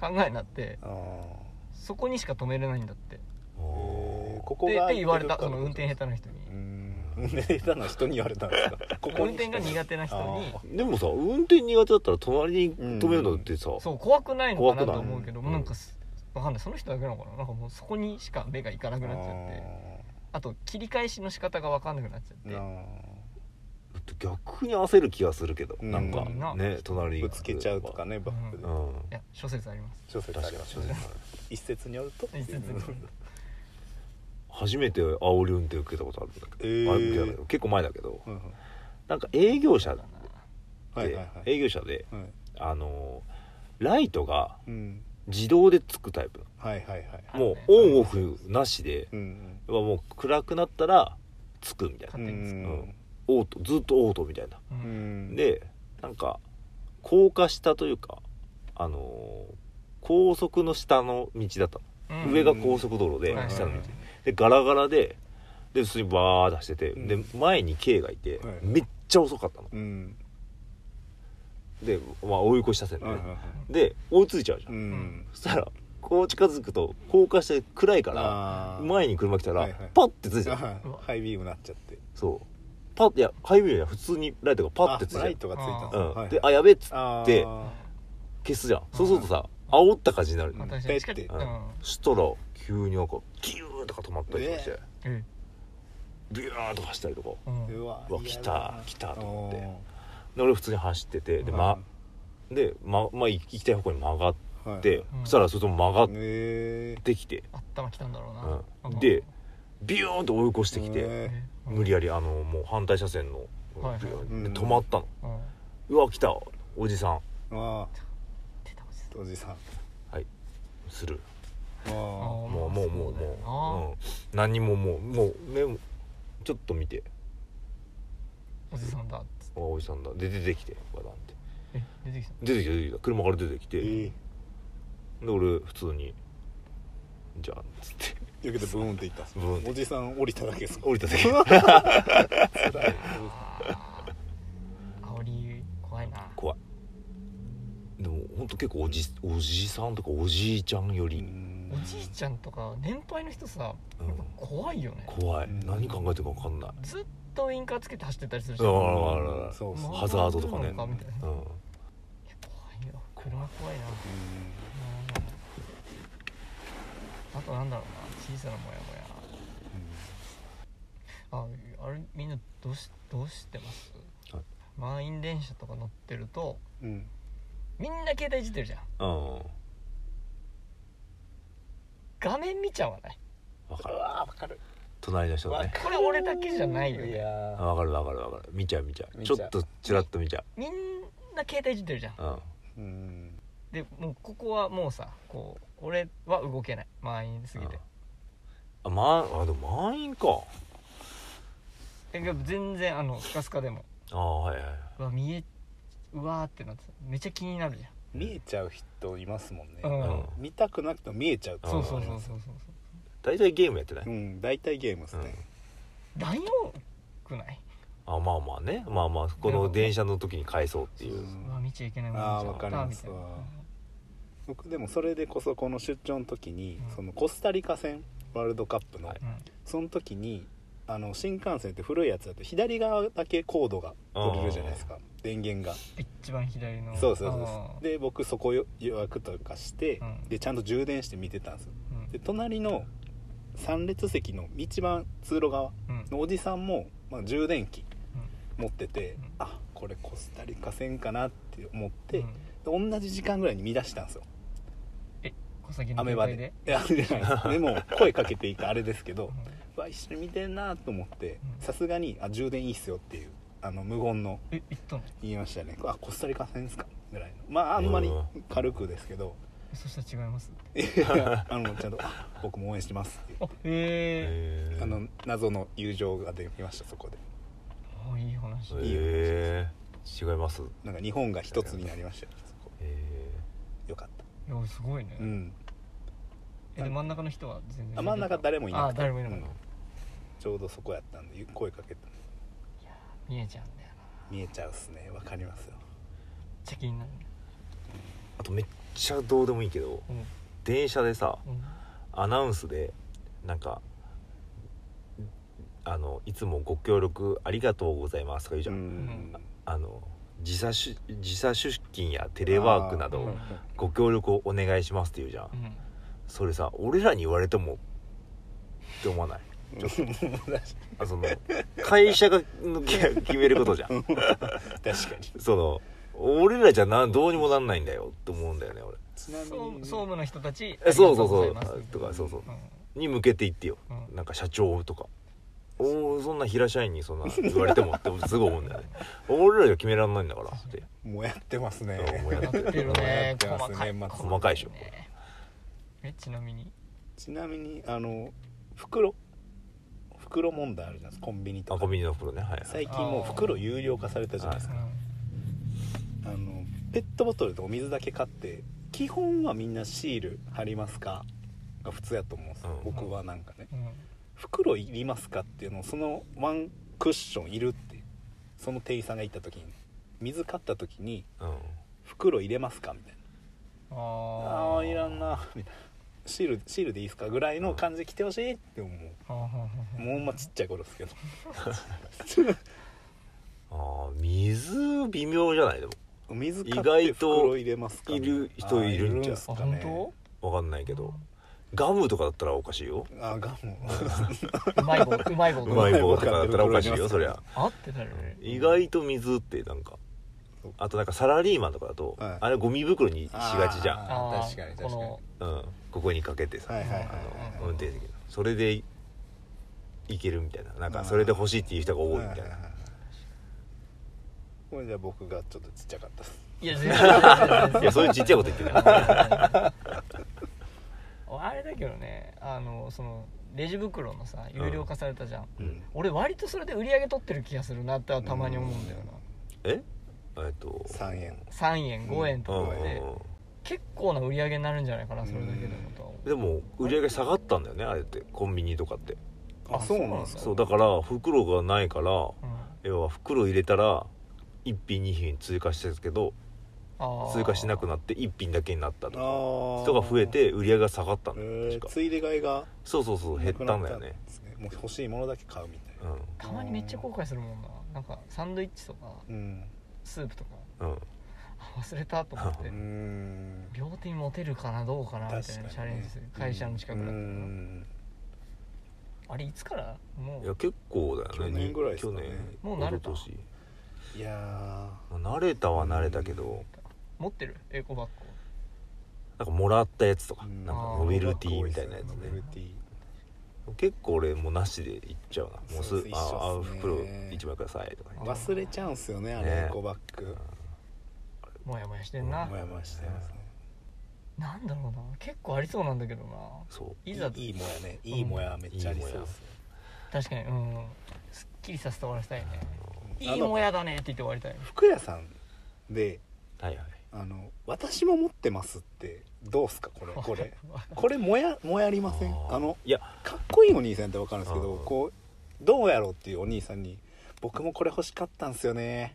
Speaker 3: 考えになって
Speaker 2: あー
Speaker 3: そこにしか止めれないんだって
Speaker 2: えーここ
Speaker 3: で
Speaker 2: が
Speaker 3: って言われた
Speaker 2: 空
Speaker 3: その
Speaker 2: いて
Speaker 3: 運
Speaker 2: る
Speaker 3: 転下手
Speaker 2: から
Speaker 3: な人に
Speaker 2: うーん運転下手な人に言われたんですかこ
Speaker 3: 運転が苦手な人に
Speaker 4: でもさ運転苦手だったら隣に止めるのってさ、
Speaker 3: そう怖くないのかな
Speaker 4: 怖くない
Speaker 3: と思うけど
Speaker 4: うん
Speaker 3: もうなんかすわかんないその人だけなのかななんかもうそこにしか目がいかなくなっちゃってあと切り返しの仕方がわかんなくなっちゃって
Speaker 4: 逆に焦る気がするけど、
Speaker 2: うん
Speaker 4: なんか
Speaker 3: 本当にな
Speaker 4: ね隣に
Speaker 2: ぶつけちゃうとかねバック
Speaker 4: う
Speaker 2: で、
Speaker 3: い
Speaker 4: ん
Speaker 3: や諸説あります
Speaker 2: 小説あ
Speaker 4: 確か
Speaker 2: り
Speaker 4: に
Speaker 2: ますね一説によると
Speaker 3: 一説によると
Speaker 4: 初めて煽り運転受けたことあるんだけ
Speaker 2: え
Speaker 4: ど、
Speaker 2: ー
Speaker 4: あ受けたけど結構前だけど
Speaker 2: うんうん
Speaker 4: なんか営業者で、
Speaker 2: はいはいはい
Speaker 4: 営業者で
Speaker 2: はい
Speaker 4: あのーライトが
Speaker 2: うん
Speaker 4: 自動でつくタイプ
Speaker 2: はいはいはい
Speaker 3: ある
Speaker 4: も
Speaker 3: ね
Speaker 4: うオンオフなしで、
Speaker 2: うん
Speaker 4: もう暗くなったらつくみたい
Speaker 2: う
Speaker 4: な
Speaker 3: 勝
Speaker 2: ん
Speaker 3: 手に作
Speaker 4: るオートずっとオートみたいな
Speaker 3: う
Speaker 2: うんん
Speaker 4: でなんか高架下というかあのー高速の下の道だったの、
Speaker 3: うん
Speaker 4: 上が高速道路で
Speaker 3: はい
Speaker 4: 下の道、
Speaker 2: はい
Speaker 4: でガラガラでで普通にバーッて走ってて、
Speaker 2: うん
Speaker 4: で前に K がいて、
Speaker 2: はい
Speaker 4: めっちゃ遅かったの
Speaker 2: うん
Speaker 4: で、まあ、追い越し車線で、
Speaker 2: はいはいはい
Speaker 4: で追いついちゃうじゃん、
Speaker 2: うん
Speaker 4: そしたらこう近づくと高架下で暗いから
Speaker 2: あー
Speaker 4: 前に車来たら、
Speaker 2: はいはい
Speaker 4: パッてついちゃ
Speaker 2: あ
Speaker 4: う
Speaker 2: ー [laughs] ハイビームなっちゃって
Speaker 4: そうパッいやハイウェイは普通にライトがパッてつい
Speaker 2: あライ
Speaker 4: ち
Speaker 2: トがついたん
Speaker 4: ゃう、うん
Speaker 2: はい
Speaker 4: であやべっつって
Speaker 2: あー
Speaker 4: で消すじゃんそうするとさ煽った感じになる、
Speaker 3: まあ
Speaker 2: うん
Speaker 3: 確かに近く
Speaker 2: ペッ
Speaker 3: う
Speaker 4: て
Speaker 3: ん
Speaker 4: そしたら急になんかギューンとか止まったりとかして、
Speaker 2: ね
Speaker 3: え
Speaker 4: ビューンとか走ったりとか
Speaker 3: うん
Speaker 2: うわ
Speaker 4: うわ
Speaker 2: 嫌
Speaker 4: 来
Speaker 2: だな
Speaker 4: た来たと思って
Speaker 2: お
Speaker 4: で俺普通に走ってて
Speaker 2: ー
Speaker 4: で,、ま、でままあ行きたい方向に曲がっ
Speaker 2: はいはい
Speaker 4: て、そしたらそれとも曲がっ
Speaker 2: へ
Speaker 4: てきて、
Speaker 3: 頭きたんだろうな
Speaker 4: うん
Speaker 3: なんか
Speaker 4: でビューンと追い越してきて、
Speaker 2: え
Speaker 3: え
Speaker 4: 無理やりあのもう反対車線のビ
Speaker 3: はいはい
Speaker 4: ュー
Speaker 2: う
Speaker 4: ン
Speaker 2: ん
Speaker 4: で止まったの、
Speaker 3: うん
Speaker 4: うわ来たおじさん
Speaker 2: ー、あ
Speaker 3: 出た落ちた
Speaker 2: ーおじさん
Speaker 4: する
Speaker 2: あ
Speaker 4: もうもうもうも
Speaker 3: も
Speaker 4: う、うん、何にももうもうねちょっと見て
Speaker 3: うおじさんだっつって
Speaker 4: あおじさんだで出てきてバタンって
Speaker 3: え出てきたの
Speaker 4: 出てきた出てきた車から出てきて、
Speaker 2: えー、
Speaker 4: で俺普通に「じゃあ」っつって [laughs]
Speaker 2: というわけでブーンっていったんです
Speaker 4: ブーンって
Speaker 2: おじさん降りただけ
Speaker 4: [laughs]
Speaker 2: ですか
Speaker 4: 降りただけ
Speaker 3: あー
Speaker 2: 辛い
Speaker 3: 煽り怖いな
Speaker 4: 怖いでもほんと結構おじおじさんとかおじいちゃんよ
Speaker 2: う
Speaker 4: り
Speaker 2: ん
Speaker 3: おじいちゃんとか年配の人さやっ
Speaker 4: うん
Speaker 3: ぱ怖いよね
Speaker 4: 怖い
Speaker 2: うん
Speaker 4: 何考えてるか分かんない
Speaker 3: ずっとウインカーつけて走ってたりするし
Speaker 4: あら
Speaker 3: 怖
Speaker 4: あらあら
Speaker 2: そうっすね
Speaker 4: ハザードと
Speaker 3: ま
Speaker 4: かね
Speaker 3: あまあまあまあ
Speaker 4: うん
Speaker 3: いよ車怖いなうんあとなんだろうな小さなモヤモヤああれみんなどうしどうしてます
Speaker 4: はい
Speaker 3: 満員電車とか乗ってると
Speaker 2: うんうん
Speaker 3: みんな携帯いじってるじゃん
Speaker 4: うん
Speaker 3: 画面見ちゃわない
Speaker 4: 分か
Speaker 2: う
Speaker 4: る
Speaker 2: わ分かる
Speaker 4: 隣の人がね
Speaker 3: これ俺だけじゃないよ
Speaker 2: い
Speaker 3: ね
Speaker 2: や
Speaker 4: あ分かる分かる分かる見ちゃう見ちゃう
Speaker 2: 見
Speaker 4: ち
Speaker 2: ちゃ
Speaker 4: ょ
Speaker 2: う
Speaker 4: っとチラッと見ちゃ
Speaker 3: みんな携帯いじってるじゃん
Speaker 4: ううん
Speaker 2: ーうん
Speaker 3: でもうここはもうさこう俺は動けない満員すぎて
Speaker 4: あまあでも満員か
Speaker 3: えでも全然あのスカスカでも
Speaker 4: ああはいはいう
Speaker 3: わ見えうわーってなってためっちゃ気になるじ
Speaker 2: 見えちゃう人いますもんね、
Speaker 3: ゃんうん、
Speaker 4: うん
Speaker 2: 見たくなくても見えちゃうってい
Speaker 3: そう
Speaker 2: のが
Speaker 3: そ
Speaker 2: あ
Speaker 3: う
Speaker 2: り
Speaker 3: そうそ
Speaker 2: ま
Speaker 3: う
Speaker 2: す
Speaker 3: そうそう
Speaker 4: 大体ゲームやってない
Speaker 2: うん大体ゲームですね、
Speaker 3: 大丈くない
Speaker 4: あまあまあねまあまあこの電車の時に返そうっていううん
Speaker 3: うわ見ちゃいけないもん見ちゃっ
Speaker 2: あー
Speaker 3: た
Speaker 2: わかります
Speaker 3: みたいな
Speaker 2: わ僕でもそれでこそこの出張の時に、
Speaker 3: うん
Speaker 2: そのコスタリカ戦ワールドカップの、
Speaker 4: はい
Speaker 3: うん
Speaker 2: その時にあの新幹線って古いやつだと左側だけコードが取れるじゃないですか電源が
Speaker 3: 一番左の
Speaker 2: そうそうそう
Speaker 3: あ
Speaker 2: そう
Speaker 3: ー
Speaker 2: で僕そこよ予約とかして、
Speaker 3: うん
Speaker 2: でちゃんと充電して見てたんですよ
Speaker 3: うん
Speaker 2: で隣の3列席の一番通路側
Speaker 3: うん
Speaker 2: のおじさんも、まあ、充電器
Speaker 3: うん
Speaker 2: 持ってて、
Speaker 3: うん
Speaker 2: あこれコスタリカ戦かなって思って、
Speaker 3: うん
Speaker 2: で同じ時間ぐらいに見出したんですよ
Speaker 3: 小崎の
Speaker 2: 雨
Speaker 3: 携
Speaker 2: 場
Speaker 3: 帯
Speaker 2: で
Speaker 3: で
Speaker 2: いや雨じゃないですでも声かけていいかあれですけ
Speaker 3: う
Speaker 2: ど
Speaker 3: ん
Speaker 2: うわ一緒に見てんなと思って
Speaker 3: うん
Speaker 2: さすがにあ「充電いいっすよ」っていうあの無言の
Speaker 3: え行ったの
Speaker 2: 言いましたね「あコスタリカ戦ですか」ぐらいのまああんまり軽くですけ
Speaker 4: [laughs]
Speaker 2: ど
Speaker 3: そしたら違います
Speaker 2: 「いやあのちゃんとあ僕も応援してます」ってい
Speaker 3: あ
Speaker 2: う
Speaker 3: へえ
Speaker 4: へえ
Speaker 2: あの謎の友情が出ましたそこで
Speaker 3: もういい話
Speaker 2: いいよ
Speaker 4: へえ違いますへ
Speaker 2: なんか日本が一つになりましたよそこ
Speaker 4: え
Speaker 2: よかった
Speaker 3: いやすごいね、
Speaker 2: うん
Speaker 3: えで真ん中の人は全然
Speaker 2: あ真ん中誰もいなく
Speaker 3: あ
Speaker 2: て
Speaker 3: 誰もいなかった、
Speaker 2: うんちょうどそこやったんで声かけて
Speaker 3: 見えちゃうんだよな
Speaker 2: 見えちゃうっすねわかりますよ
Speaker 3: めっちゃ気になるね
Speaker 4: あとめっちゃどうでもいいけど
Speaker 3: う
Speaker 4: 電車でさ
Speaker 3: んうん
Speaker 4: アナウンスでなんかあのいつもご協力ありがとうございますとか言うじゃん、
Speaker 2: ん
Speaker 4: あの時差し時差出勤やテレワークな
Speaker 3: う
Speaker 4: ど
Speaker 3: ん
Speaker 4: ご協力をお願いしますって言うじゃん、
Speaker 3: うん
Speaker 4: それさ俺らに言われてもって思わない
Speaker 2: ちょっと
Speaker 4: あその会社がのけ決めることじゃん
Speaker 2: 確かに
Speaker 4: その俺らじゃなどうにもなんないんだよって思うんだよね俺
Speaker 2: [laughs] ちなみ
Speaker 3: 総
Speaker 2: に
Speaker 3: 総務の人たち
Speaker 4: えそうそ
Speaker 3: あ
Speaker 4: うそ
Speaker 3: り
Speaker 4: う
Speaker 3: がとございます
Speaker 4: とかそうそう
Speaker 3: うん
Speaker 4: に向けて言ってよ
Speaker 3: [laughs] うん
Speaker 4: なんか社長とかおおそんな平社員にそんな言われてもってすごい思うんだよね俺らじゃ決めらんないんだからって
Speaker 2: もやってますね
Speaker 4: 思いなが
Speaker 3: や
Speaker 4: ら
Speaker 3: ってるね
Speaker 2: やってますね
Speaker 3: 細かい
Speaker 2: 年末
Speaker 4: 細かいでしょ
Speaker 3: ねえちなみに
Speaker 2: ちなみにあの袋袋問題あるじゃないですかコンビニと
Speaker 4: あ
Speaker 2: か
Speaker 4: コンビニの袋ねはいはい
Speaker 2: 最近もう袋有料化されたじゃないです
Speaker 3: う
Speaker 2: か
Speaker 3: ん
Speaker 2: あのペットボトルでお水だけ買って基本はみんなシール貼りますかが普通やと思うんですよ、
Speaker 4: うん
Speaker 2: 僕はなんかね
Speaker 3: うん
Speaker 2: 袋いりますかっていうのをそのワンクッションいるってその店員さんが言った時に水買った時に
Speaker 4: うん
Speaker 2: 袋入れますかみたいなあ
Speaker 3: あ
Speaker 2: あーいらんなみたいなシールシールでいいですかぐらいの感じで来てほしいって思う
Speaker 3: あ
Speaker 2: もうほんまちっちゃい頃ですけど
Speaker 4: [laughs] あー水微妙じゃないでも
Speaker 2: 水買って袋入れますか
Speaker 4: 意外といる人いるんち
Speaker 2: あーいる
Speaker 4: ゃう
Speaker 2: んすかね
Speaker 3: 本
Speaker 4: わかんないけどガムとかだったらおかしいよ
Speaker 2: あガム
Speaker 3: 当うまい棒うまい棒
Speaker 4: うまい棒とかだったらおかしいよそりゃ
Speaker 3: あってなるね
Speaker 4: 意外と水ってなんか
Speaker 2: そう
Speaker 4: あとなんかサラリーマンとかだと、
Speaker 2: はい
Speaker 4: あれゴミ袋にしがちじゃん、
Speaker 2: あ
Speaker 3: あー
Speaker 2: 確かに確かに
Speaker 3: こ
Speaker 4: うん、ここにかけてさ、
Speaker 2: はいはいはい
Speaker 4: あ
Speaker 3: はい
Speaker 4: の運転席のそれでいけるみたいななん
Speaker 2: あ
Speaker 4: か
Speaker 2: ー
Speaker 4: それで欲しいっていう人が多いみたいな
Speaker 2: これじゃあ僕がちょっとちっちゃかったです
Speaker 3: のいや全然全然全然
Speaker 4: いやそういうちっちゃいこと言ってない
Speaker 3: [laughs] あれだけけどねあのそのレジ袋のさ有料化されたじゃん、
Speaker 4: うん
Speaker 3: 俺割とそれで売り上げ取ってる気がするなってはたまに思うんだよな、
Speaker 4: ええっと
Speaker 2: 3円
Speaker 3: 3円5円
Speaker 4: う
Speaker 3: と
Speaker 4: ん
Speaker 3: かで結構な売り上げになるんじゃないかなそれだけでもとは思う
Speaker 4: でも売り上げ下がったんだよねあれってコンビニとかって
Speaker 2: あそうなんですか
Speaker 4: そうだから袋がないから
Speaker 3: うん
Speaker 4: 要は袋入れたら1品2品追加してるけど
Speaker 3: あー
Speaker 4: 追加しなくなって1品だけになったとか人
Speaker 2: 人
Speaker 4: が増えて売り上げが下がったんだよ
Speaker 2: え
Speaker 4: 確
Speaker 2: ー
Speaker 4: か
Speaker 2: ついで買いが
Speaker 4: そうそうそう減
Speaker 2: な
Speaker 4: っ
Speaker 2: く
Speaker 4: た
Speaker 2: なん
Speaker 4: だよね
Speaker 2: ですねもう欲しいものだけ買うみたいな
Speaker 4: う
Speaker 3: たまにめっちゃ後悔するもんななんかサンドイッチとか
Speaker 2: うん
Speaker 3: スープとか
Speaker 4: んうん
Speaker 3: あ忘れたと思っ
Speaker 2: う
Speaker 3: て
Speaker 2: ーん
Speaker 3: 両手に持てるかなどうかなみたい
Speaker 2: 確かに
Speaker 3: な
Speaker 2: ね
Speaker 3: チャレンジする会社の近くだった
Speaker 2: う
Speaker 3: ら
Speaker 2: ん
Speaker 3: あれいつからも
Speaker 4: いうや結構だよね
Speaker 2: 去年ぐらいです
Speaker 4: 去
Speaker 2: かね
Speaker 4: 年
Speaker 3: もう慣れた
Speaker 4: 一昨年
Speaker 2: いや
Speaker 4: まあ慣れたは慣れたけど、
Speaker 3: 持ってるエコバッグ
Speaker 4: なんかもらったやつとか、
Speaker 2: ーうん
Speaker 4: なんか
Speaker 3: あー
Speaker 4: ノベルティみたいなやつ
Speaker 2: ノベ
Speaker 4: ね
Speaker 2: ルティ
Speaker 4: 結構俺もうなしでいっちゃうなもうす
Speaker 2: そう
Speaker 4: ぐ
Speaker 2: です
Speaker 4: ああ
Speaker 2: 一緒っすね
Speaker 4: 袋1枚くださいとかね
Speaker 3: あ
Speaker 2: 忘れちゃうんすよねあ
Speaker 4: ね
Speaker 2: れエコバッグ
Speaker 3: もやもやしてん
Speaker 2: も
Speaker 3: な、
Speaker 2: やもやしてますね
Speaker 3: なんだろうな結構ありそうなんだけどな
Speaker 4: そう
Speaker 3: いざ
Speaker 2: いいいもやねいいもやめっちゃありそうですね
Speaker 3: 確かにうんすっきりさせて終わらせたいね
Speaker 2: うん
Speaker 3: いいもやだねって言って終わりたい
Speaker 2: 服屋さんで
Speaker 4: はいはい
Speaker 2: あの「私も持ってます」ってどうすかこれこれ
Speaker 3: わ
Speaker 2: これもやもやりません
Speaker 4: ー
Speaker 2: あの
Speaker 4: いや
Speaker 2: かっこいいお兄さんってわかるんですけど
Speaker 4: あー
Speaker 2: こうどうやろうっていうお兄さんに「僕もこれ欲しかったんすよね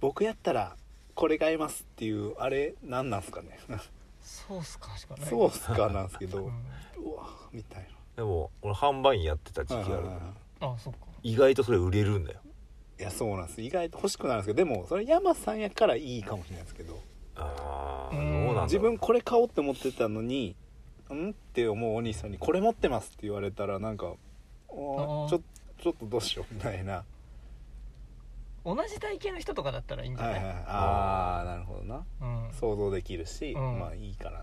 Speaker 2: 僕やったらこれ買います」っていうあれ何なんすかね
Speaker 3: [laughs] そうっすかしかない
Speaker 2: そうっすかなんですけ
Speaker 3: [laughs]
Speaker 2: ど
Speaker 3: う
Speaker 2: うんわみたいな
Speaker 4: でも俺販売員やってた時期
Speaker 2: はい
Speaker 4: があ
Speaker 2: はい
Speaker 4: る
Speaker 2: はいはい
Speaker 3: あそっか
Speaker 4: 意外とそれ売れるんだよ
Speaker 2: いやそうなんです意外と欲しくなるんですけどでもそれ山さんやからいいかもしれないですけど
Speaker 4: ああど
Speaker 3: う
Speaker 4: うんなんだろう
Speaker 2: 自分これ買おうって思ってたのに「ん?」って思うお兄さんに「これ持ってます」って言われたらなんか「お
Speaker 3: あー
Speaker 2: ーちょちょっとどうしよう」みたいな、
Speaker 3: 同じ体型の人とかだったらいいんじゃ
Speaker 2: は
Speaker 3: な、
Speaker 2: いはいい、ああなるほどな
Speaker 3: うん、
Speaker 2: 想像できるし、
Speaker 3: うん
Speaker 2: まあいいかな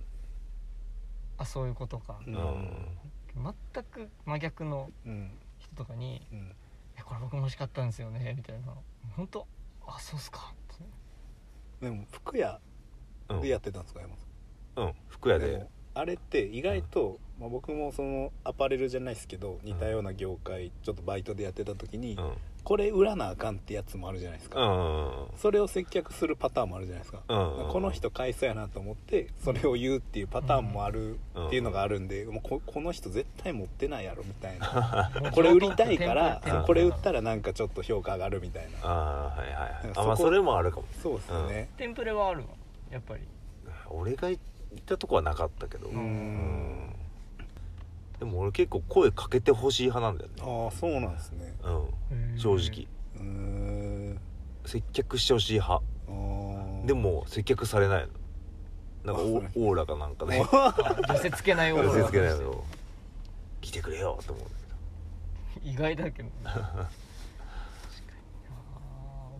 Speaker 3: あそういうことか
Speaker 2: うん
Speaker 3: 全く真逆の
Speaker 2: うん
Speaker 3: 人とかに
Speaker 2: うん
Speaker 3: 「えこれ僕も欲しかったんですよね」みたいな本当あそうっすかって
Speaker 2: でも服屋
Speaker 4: うん
Speaker 2: でやってたんですか山さ
Speaker 4: うん服屋
Speaker 2: んで
Speaker 4: で
Speaker 2: もあれって意外と、まあ、僕もそのアパレルじゃないですけど似たような業界ちょっとバイトでやってた時に、
Speaker 4: うんうん
Speaker 2: これ売らなあかんってやつもあるじゃないです
Speaker 4: う
Speaker 2: か、
Speaker 4: ん
Speaker 2: それを接客するパターンもあるじゃないですか、
Speaker 4: うん
Speaker 2: この人買いそうやなと思ってそれを言うっていうパターンもある
Speaker 4: うん
Speaker 2: っていうのがあるんで、もうここの人絶対持ってないやろみたいな
Speaker 3: もう
Speaker 2: [laughs] これ売りたいか
Speaker 3: 上等
Speaker 4: う
Speaker 2: ら
Speaker 4: ん
Speaker 2: これ売っ
Speaker 3: テンプレ
Speaker 2: たらなんかちょっと評価上がるみたいな
Speaker 4: ああはいはいはい
Speaker 2: なんかそ
Speaker 4: あ
Speaker 2: こ
Speaker 4: まあそれもあるかも
Speaker 2: そうですよね
Speaker 3: テンプレはあるのやっぱり
Speaker 4: 俺が行ったとこはなかったけど
Speaker 2: うーん
Speaker 4: でも俺結構声かけてほしい派なんだよね
Speaker 2: ああそうなんですね
Speaker 4: うん正直
Speaker 2: うーん
Speaker 4: 接客してほしい派
Speaker 2: あー
Speaker 4: でも接客されないのなんかオ
Speaker 2: あ
Speaker 4: ーオーラかなんかね
Speaker 3: あ寄せつけないよ
Speaker 4: 寄せつけない
Speaker 3: 俺は
Speaker 4: の来てくれよと思うんだ
Speaker 3: 意外だけ
Speaker 4: [laughs]
Speaker 3: どね確かにな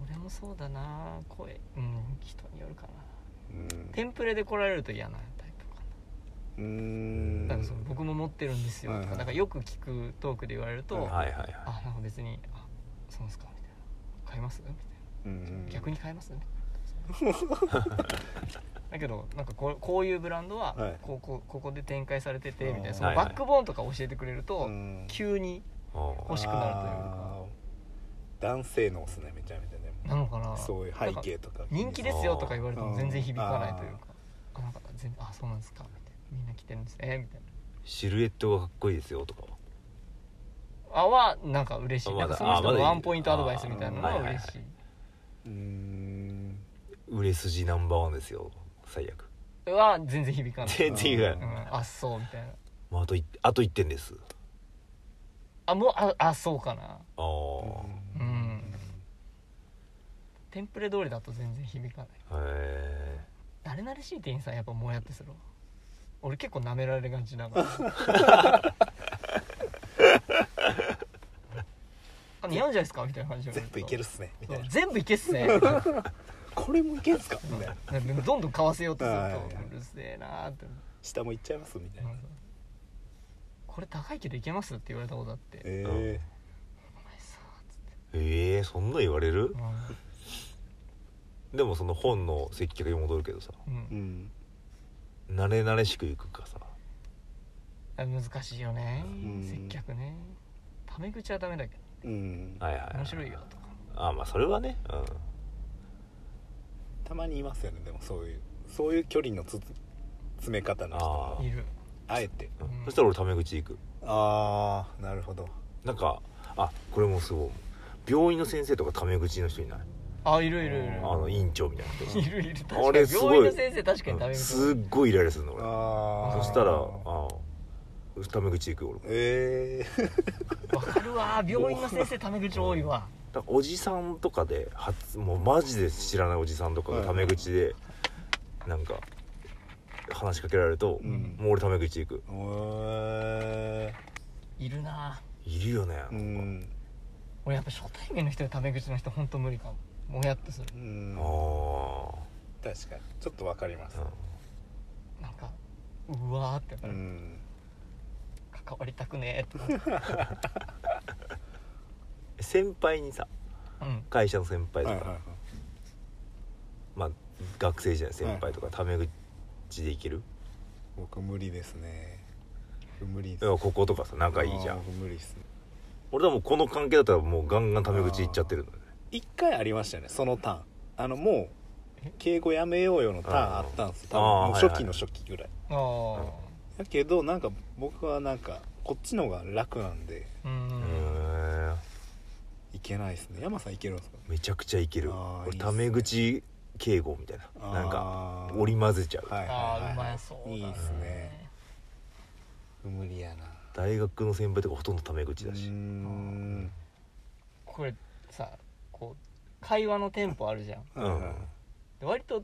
Speaker 3: 俺もそうだな声うん人によるかな
Speaker 2: うん
Speaker 3: テンプレで来られると嫌なタイプかな
Speaker 2: うーん
Speaker 3: なんかその僕も持ってるんですよと
Speaker 2: はい
Speaker 3: か
Speaker 2: はい
Speaker 3: なんかよく聞くトークで言われると、
Speaker 2: はい
Speaker 4: けどはいはいはい
Speaker 3: あなんか別に「あそうですか」みたいな「買います?」みたい
Speaker 2: うん
Speaker 3: な「逆に買います?」みたいなだけどなんかこうこういうブランドは
Speaker 2: はい
Speaker 3: こうこうここで展開されててみたいな
Speaker 2: あー
Speaker 3: その
Speaker 4: はいはい
Speaker 3: バックボーンとか教えてくれると
Speaker 2: うん
Speaker 3: 急に
Speaker 4: あ
Speaker 3: 欲しくなるという
Speaker 2: あ
Speaker 3: か
Speaker 2: ー男性のっすねめちゃめちゃで
Speaker 3: なのかな
Speaker 2: もそういう背景とか
Speaker 3: 人気ですよとか言われても全然響かないという
Speaker 2: うん
Speaker 3: かあなんか全部あそうなんですかみたいなみんな着てるんですねみたいな
Speaker 4: シルエットがかっこいいですよとかは
Speaker 3: あはなんか嬉しい
Speaker 4: ま
Speaker 3: な
Speaker 4: だ
Speaker 3: んかその人の
Speaker 4: あまだいい
Speaker 3: ワンポイントアドバイスみたいなのは
Speaker 4: あーはい
Speaker 3: 嬉
Speaker 4: はい
Speaker 3: しい
Speaker 2: すうーん
Speaker 4: 売れ筋ナンバーワンですよ最悪
Speaker 3: は全然響かない、
Speaker 4: 全然違う
Speaker 3: う、
Speaker 2: うん
Speaker 3: あそうみたいな
Speaker 4: もうあといあと1点です
Speaker 3: あもうああそうかな
Speaker 4: ああ
Speaker 3: うんテンプレ通りだと全然響かない
Speaker 4: へ
Speaker 3: 慣れ慣れしい店員さんやっぱもやってするわ俺結構舐められがちだから
Speaker 2: [laughs]
Speaker 3: あ似合うんじゃないですかみたいな感じで
Speaker 2: 全部いけるっすねみたいな
Speaker 3: 全部いけっすね
Speaker 2: これもいけんすかみたいな
Speaker 3: うんでもどんどん買わせようとする
Speaker 2: はいはいはい
Speaker 3: とうるせえなーって思
Speaker 2: 下もいっちゃいますみたいうな
Speaker 3: うんこれ高いけどいけますって言われたことあって「
Speaker 2: え
Speaker 3: お前さ」つって
Speaker 4: えええそんな言われ
Speaker 3: う
Speaker 4: るでもその本の接客に戻るけどさ
Speaker 3: ん、うん
Speaker 2: えうん
Speaker 4: 慣れ慣れしく行くかさ
Speaker 3: あ難しいよね
Speaker 2: うん
Speaker 3: 接客ねタメ口はダメだけど
Speaker 2: うん
Speaker 4: はいはいはい
Speaker 3: 面白いよとか
Speaker 4: あまあそれはねうん
Speaker 2: たまにいますよねでもそういうそういう距離のつ詰め方の人
Speaker 4: あ
Speaker 2: も
Speaker 4: ー
Speaker 3: いる
Speaker 2: あえて
Speaker 4: うん
Speaker 3: うん
Speaker 4: そしたら俺タメ口で行く
Speaker 2: ああなるほど
Speaker 4: なんかあこれもすごい病院の先生とかタメ口の人いない
Speaker 3: あいるいるいる
Speaker 4: あの院長みたいな人
Speaker 3: いるいる確か
Speaker 4: あ
Speaker 3: に
Speaker 4: れすご
Speaker 3: 病
Speaker 4: い
Speaker 3: 院の先生確かにダメ
Speaker 4: うん
Speaker 3: 口
Speaker 4: すっごいイライラするの俺
Speaker 2: ああ
Speaker 4: そしたらあタメ口で行くよ俺も
Speaker 2: ええ
Speaker 3: わかるわ病院の先生タメ口多いわ
Speaker 4: だからおじさんとかで初もうマジで知らないおじさんとかがタメ口でなんか話しかけられると、
Speaker 2: うん
Speaker 4: もう俺タメ口で行く
Speaker 2: え
Speaker 3: いるない
Speaker 4: るよね、
Speaker 2: ーうん
Speaker 3: 俺やっぱ初対面の人でタメ口の人ほんと無理かももやっとする
Speaker 2: うん
Speaker 4: ああ
Speaker 2: 確かにちょっとわかります
Speaker 3: なんかうわーって
Speaker 2: う
Speaker 3: なる
Speaker 2: ん
Speaker 3: 関わりたくねえって
Speaker 4: 先輩にさ
Speaker 2: [laughs]
Speaker 3: うん
Speaker 4: 会社の先輩と
Speaker 2: は
Speaker 4: か、
Speaker 2: いはいはい
Speaker 4: まあ学生時代の先輩とかタメ口で行ける、
Speaker 2: 僕無理ですね僕無理
Speaker 4: だからこことかさ仲いいじゃ
Speaker 2: あー
Speaker 4: ん
Speaker 2: 僕無理ですね
Speaker 4: 俺はもうこの関係だったらもうガンガンタメ口行っちゃってるのね
Speaker 2: 一回ありましたよねそのターンあのもう敬語やめようよのターンあったんです多分
Speaker 4: あー
Speaker 2: もう
Speaker 4: はいはい
Speaker 2: 初期の初期ぐらい
Speaker 3: ああ
Speaker 2: だけどなんか僕はなんかこっちの方が楽なんで
Speaker 3: うん
Speaker 4: へー
Speaker 2: いけないですね山さんいけるんですか
Speaker 4: めちゃくちゃいける
Speaker 2: あーいいっすね
Speaker 4: 俺タメ口敬語みたいななんか
Speaker 2: か
Speaker 4: 織り交ぜちゃう、
Speaker 2: はいはい
Speaker 3: あ
Speaker 2: はい
Speaker 3: あうまそうだ
Speaker 2: いいですね無理やな
Speaker 4: 大学の先輩とかほとんどタメ口
Speaker 2: う
Speaker 4: だし、
Speaker 2: ーん
Speaker 3: これさこう会話のテンポあるじゃん
Speaker 2: はいはいはい
Speaker 3: で割と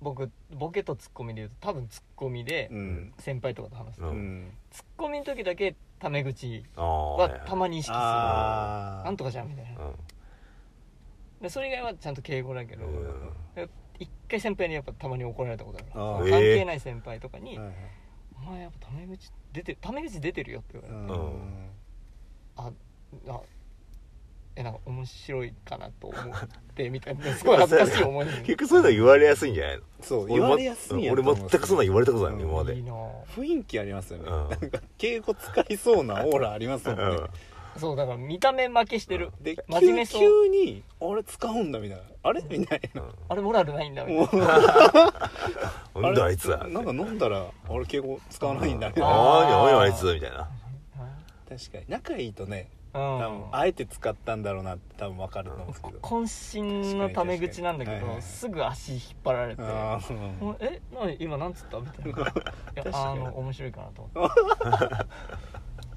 Speaker 3: 僕ボケとツッコミで言うと多分ツッコミで
Speaker 2: うん
Speaker 3: 先輩とかと話す、
Speaker 4: う
Speaker 2: うんん
Speaker 3: ツッコミの時だけタメ口
Speaker 4: ああ
Speaker 3: は
Speaker 4: はいはい
Speaker 3: たまに意識するな
Speaker 2: ああ
Speaker 3: んとかじゃんみたいなでそれ以外はちゃんと敬語だけど
Speaker 4: うん
Speaker 3: 一回先輩にやっぱたまに怒られたことある
Speaker 2: あ
Speaker 3: そ
Speaker 2: ー
Speaker 3: の関係ない先輩とかに
Speaker 2: はいはい
Speaker 3: 「お前やっぱタメ口出てるタメ口出てるよ」って言わ
Speaker 2: う
Speaker 3: れて
Speaker 2: ん
Speaker 3: ああえなんか面白いかなと思ってみたい
Speaker 2: [laughs]
Speaker 3: なすごい恥ずかしい思い
Speaker 4: 結局そういうの言われやすいんじゃないの
Speaker 2: そう
Speaker 4: 俺
Speaker 2: 言
Speaker 4: ま
Speaker 2: われやすいんやと
Speaker 4: 俺
Speaker 2: 思うん
Speaker 4: 全
Speaker 2: ですよ
Speaker 4: くそんなん言われたことないの今まで
Speaker 3: いいなぁ
Speaker 2: 雰囲気ありますよね
Speaker 4: うん
Speaker 2: なんか敬語使いそうなオーラありますもんね
Speaker 3: そうだから見た目負けしてる
Speaker 2: で
Speaker 3: 真面
Speaker 2: 急
Speaker 3: 目そう
Speaker 2: 急に「あれ使うんだ」みたいな「あれ?」みたいな
Speaker 3: あれモラルないんだみたい
Speaker 2: も
Speaker 3: な
Speaker 2: う
Speaker 4: うんなんだあいつは
Speaker 2: なんか飲んだら「あれ敬語使わないんだ」みたいな
Speaker 4: あああああいつみたいな
Speaker 2: 確かに仲いいとね
Speaker 3: うん
Speaker 2: 多分あえて使ったんだろうなって多分分かると思うんですけど
Speaker 3: 渾身のタメ口なんだけ
Speaker 2: 確かに確かにはいは
Speaker 3: ど
Speaker 2: い
Speaker 3: すぐ足引っ張られて
Speaker 2: ああ
Speaker 3: 「 [laughs] おえな今なんつった?」みたいないや
Speaker 2: 確
Speaker 3: あ
Speaker 2: かに
Speaker 3: の面白いかなと思って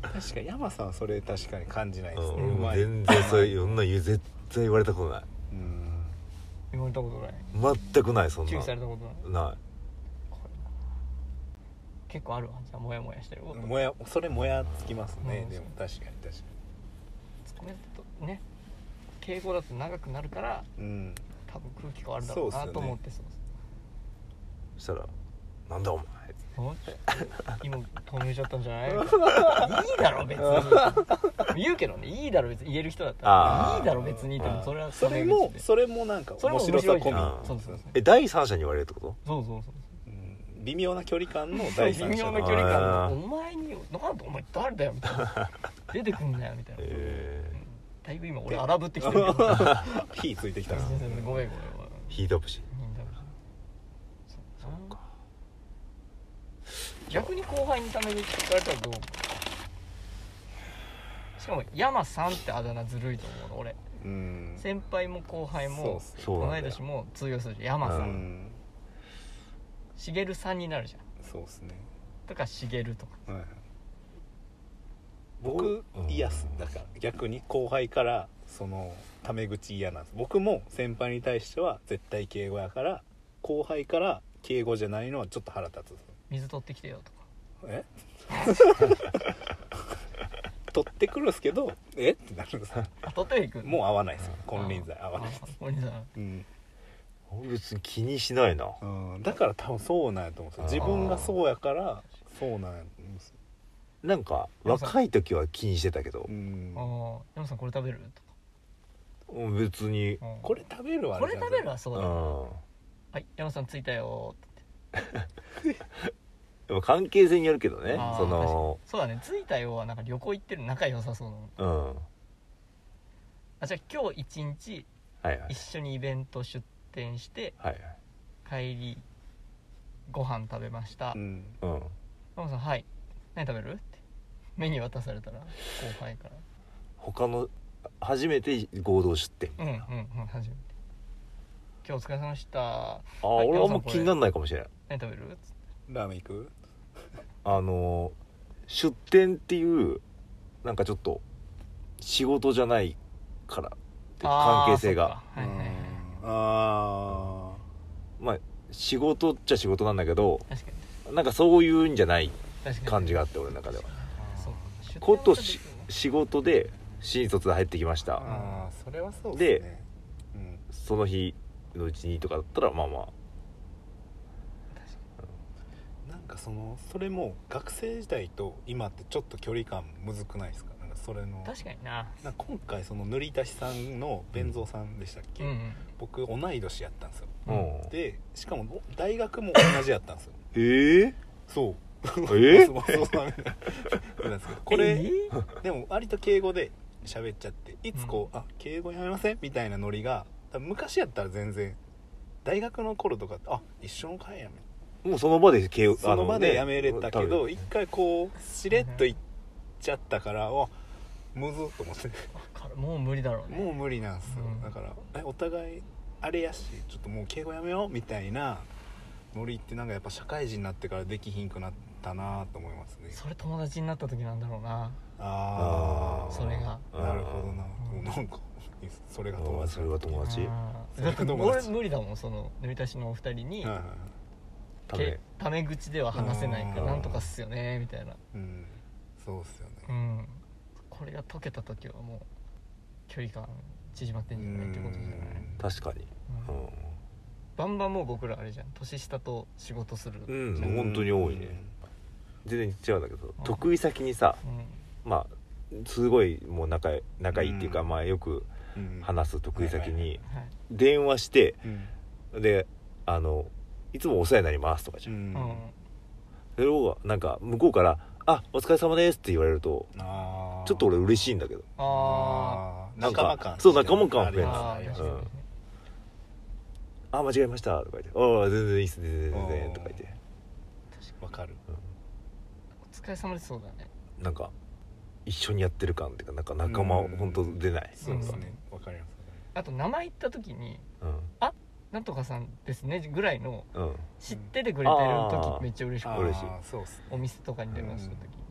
Speaker 2: 確かに山さんはそれ確かに感じないで
Speaker 4: う
Speaker 2: す
Speaker 4: ん
Speaker 2: ね
Speaker 4: 俺
Speaker 2: う
Speaker 4: も
Speaker 2: まい
Speaker 4: 全然そういう女言う絶対言われたことない
Speaker 2: うん
Speaker 3: 言われたことない
Speaker 4: 全くないそん
Speaker 3: 注意さ
Speaker 4: な
Speaker 3: れたことない
Speaker 4: な
Speaker 3: これ結構あるわじゃあモヤモヤしてること
Speaker 2: もやそれもやつきますね
Speaker 3: うん
Speaker 2: でも確かに確か
Speaker 3: ツッコミだとね敬語だと長くなるから
Speaker 2: にうん
Speaker 3: 多分空気変わるだろうなと思ってそう
Speaker 4: いしたら「なんだお前
Speaker 3: お今止めちゃったんじゃないいいだろ別に言うけどねいいだろ別に言える人だった
Speaker 4: あ
Speaker 3: ら
Speaker 4: ー
Speaker 3: いいだろ別にでもそれは
Speaker 2: それ
Speaker 3: タメ
Speaker 2: も
Speaker 3: 口で
Speaker 2: それもなんか
Speaker 3: それ
Speaker 2: 面
Speaker 3: も
Speaker 2: 白
Speaker 3: 面
Speaker 2: さ
Speaker 3: 白いじ
Speaker 4: 面
Speaker 2: 込
Speaker 3: ゃ
Speaker 4: 白
Speaker 3: ん
Speaker 4: い
Speaker 3: そうそうそう」
Speaker 4: え第三者に言われるってこと
Speaker 3: そうそうそう
Speaker 2: みうん微妙な距離感の
Speaker 3: そう
Speaker 2: 第
Speaker 3: 微
Speaker 2: 三者
Speaker 3: 妙な
Speaker 2: の
Speaker 3: 距離感
Speaker 4: あ
Speaker 3: で
Speaker 4: ー
Speaker 3: お前になんでお前誰だよみたいな出てくんなよみたいな
Speaker 4: え
Speaker 3: だいぶ今俺荒ぶってきて
Speaker 2: [laughs]
Speaker 3: るけどごめん
Speaker 2: 火ついてきたな
Speaker 3: ごめんごめん
Speaker 4: ーヒートアップし
Speaker 3: みんなそうな逆に後輩にために聞かれたらどう思うしかも山さんってあだ名ずるいと思うの俺
Speaker 2: うん
Speaker 3: 先輩も後輩も
Speaker 2: そうっす
Speaker 4: そう
Speaker 3: 同
Speaker 4: ないんだよ
Speaker 3: 年も通用するじゃん山さ、
Speaker 2: うんん
Speaker 3: しげるさんになるじゃん
Speaker 2: そうですね
Speaker 3: とかしげるとか
Speaker 2: はいはい僕
Speaker 4: うん
Speaker 2: 嫌っすだから逆に後輩からそのタメ口嫌なんです僕も先輩に対しては絶対敬語やから後輩から敬語じゃないのはちょっと腹立つ
Speaker 3: 水取ってきてよとか
Speaker 2: え取ってくるんすけどえってなるんです
Speaker 3: あ取っていく
Speaker 2: もう
Speaker 3: う
Speaker 2: 合わないです金輪際合わないです、
Speaker 3: 金輪際
Speaker 2: うん
Speaker 4: 俺別に気にしないな
Speaker 2: うん、だから多分そうなんやと思うんですよ自分がそうやからそうなんやと思うんですよ
Speaker 4: なんか若い時は気にしてたけど
Speaker 2: うん
Speaker 3: ああ山さんこれ食べると
Speaker 4: うん別に
Speaker 3: か、うん
Speaker 2: これ食べるわ
Speaker 3: これ食べるはそううだよ
Speaker 4: ん
Speaker 3: はい山さん着いたよーって
Speaker 4: でも関係性によるけどね
Speaker 3: あー
Speaker 4: その
Speaker 3: そうだね着いたようはなんか旅行行ってる仲良さそうなの
Speaker 4: うんは
Speaker 3: あじゃあ今日一日
Speaker 4: いはい
Speaker 3: 一緒にイベント出店して
Speaker 4: はいはい
Speaker 3: 帰りご飯食べました
Speaker 2: うん
Speaker 4: うん
Speaker 3: ママさん「はい何食べる?」ってメニュー渡されたら後輩から「
Speaker 4: 他の初めて合同出店
Speaker 3: うんうんうん初めて今日お疲れ様でした
Speaker 4: あー
Speaker 3: はい
Speaker 4: 俺は
Speaker 3: 山
Speaker 4: あんま
Speaker 3: さんこれ
Speaker 4: 気にならないかもしれない
Speaker 3: 何食べる?」つって
Speaker 2: ラーメン行く
Speaker 4: あの出店っていうなんかちょっと仕事じゃないからって関係性が
Speaker 3: あーそっかはいはいはい
Speaker 2: うんあ
Speaker 4: まあ仕事っちゃ仕事なんだけど
Speaker 3: 確かに
Speaker 4: なんかそういうんじゃない
Speaker 3: 確かに
Speaker 4: 感じがあって俺の中では
Speaker 3: そう
Speaker 4: こと
Speaker 3: 出
Speaker 4: し
Speaker 3: 店
Speaker 4: 仕事で新卒で入ってきまし
Speaker 2: ー
Speaker 4: た
Speaker 2: あーそれはそうですねうん
Speaker 4: その日のうちにとかだったらまあまあ
Speaker 3: はちょっ
Speaker 2: なんかそのそれも学生時代と今ってちょっと距離感むずくないですかなんかそれの
Speaker 3: と確かにな
Speaker 2: なんか今回その塗り足しさんの弁蔵さんでしたっけ、
Speaker 3: うんうん
Speaker 2: 僕同い年やったんですよ
Speaker 4: うん
Speaker 2: でしかも大学も同じやったんですよ
Speaker 4: えー、
Speaker 2: そう
Speaker 4: え
Speaker 2: [laughs] そうそうそうなんですけどこれ
Speaker 3: えー
Speaker 2: でも割と敬語で喋っちゃっていつこう「あ敬語やめません」みたいなノリが多分昔やったら全然大学の頃とかって「あ一緒の会やめ
Speaker 4: もうその場で経」
Speaker 2: その場でやめれたけど
Speaker 4: い
Speaker 2: 一回こうしれっと行っちゃったからあむずっと思って [laughs]
Speaker 3: わかるもう無理だろうね
Speaker 2: もう無理なんすよ、
Speaker 3: うん
Speaker 2: だからえお互いあれやしちょっともう敬語やめようみたいなノリってなんかやっぱ社会人になってからできひんくなったなと思いますね
Speaker 3: それ友達になった時なんだろうな
Speaker 2: あ
Speaker 4: あー
Speaker 3: それが
Speaker 2: あなるほどな
Speaker 3: うん
Speaker 2: もうなんかそれが友達
Speaker 4: それが友達
Speaker 3: あー
Speaker 2: それ
Speaker 3: だ
Speaker 2: は
Speaker 3: って
Speaker 2: 友
Speaker 3: 俺
Speaker 2: 達
Speaker 3: 無理だもんその塗り足しのお二人に
Speaker 2: はいはいはい
Speaker 4: 多
Speaker 3: け
Speaker 4: 分
Speaker 3: タメ口では話せないか
Speaker 2: うん
Speaker 3: らなんとかっすよねみたいな
Speaker 2: うんそうっすよね
Speaker 3: うんこれが解けた時はもう距離感縮まってんじゃないってことじゃない
Speaker 4: 確かに
Speaker 3: うんバンバンもう僕らあれじゃん年下と仕事する
Speaker 4: う
Speaker 3: じゃ
Speaker 4: ん本当に多いね全然違うんだけど得意先にさ
Speaker 3: うん
Speaker 4: まあすごいもう仲仲いいっていうか、
Speaker 2: うん
Speaker 4: まあよく
Speaker 2: うん
Speaker 4: 話す得意先に
Speaker 3: はい
Speaker 4: 電話して、
Speaker 2: うん
Speaker 4: であのいつもお世話になりますとかじ
Speaker 2: う
Speaker 4: ゃん、
Speaker 2: ん
Speaker 3: うん
Speaker 4: それをなんか向こうから「あお疲れ様です」って言われると
Speaker 2: あー
Speaker 4: ちょっと俺嬉しいんだけど
Speaker 3: あ
Speaker 2: あー
Speaker 4: なん
Speaker 2: 仲
Speaker 4: か
Speaker 2: 間感
Speaker 4: そう仲間感
Speaker 2: あり
Speaker 3: ー
Speaker 4: 増える
Speaker 2: ま
Speaker 3: あ
Speaker 2: すね
Speaker 3: ー
Speaker 4: ん
Speaker 3: 確
Speaker 4: か
Speaker 3: かに
Speaker 4: うん「あ間違えました」とか言って「ああ全然いいっすね全然全
Speaker 2: う
Speaker 4: 然
Speaker 2: ん」
Speaker 4: とか言って、
Speaker 2: わかる
Speaker 3: お疲れ様ですそうだね
Speaker 4: うんなんか一緒にやってる感っていうかなんか仲間
Speaker 2: うん
Speaker 4: 本当出ない、
Speaker 2: そうですねわかります
Speaker 3: あと名前言った時に
Speaker 4: うん
Speaker 3: 「なんとかさんですね」ぐらいの
Speaker 4: うん、
Speaker 3: 知っててくれてる
Speaker 4: あー
Speaker 3: 時めっちゃ嬉し
Speaker 2: わ
Speaker 3: か
Speaker 2: か
Speaker 3: っ
Speaker 2: る
Speaker 4: 嬉しい
Speaker 2: あーそうっすね
Speaker 3: たお店とかに電話した時に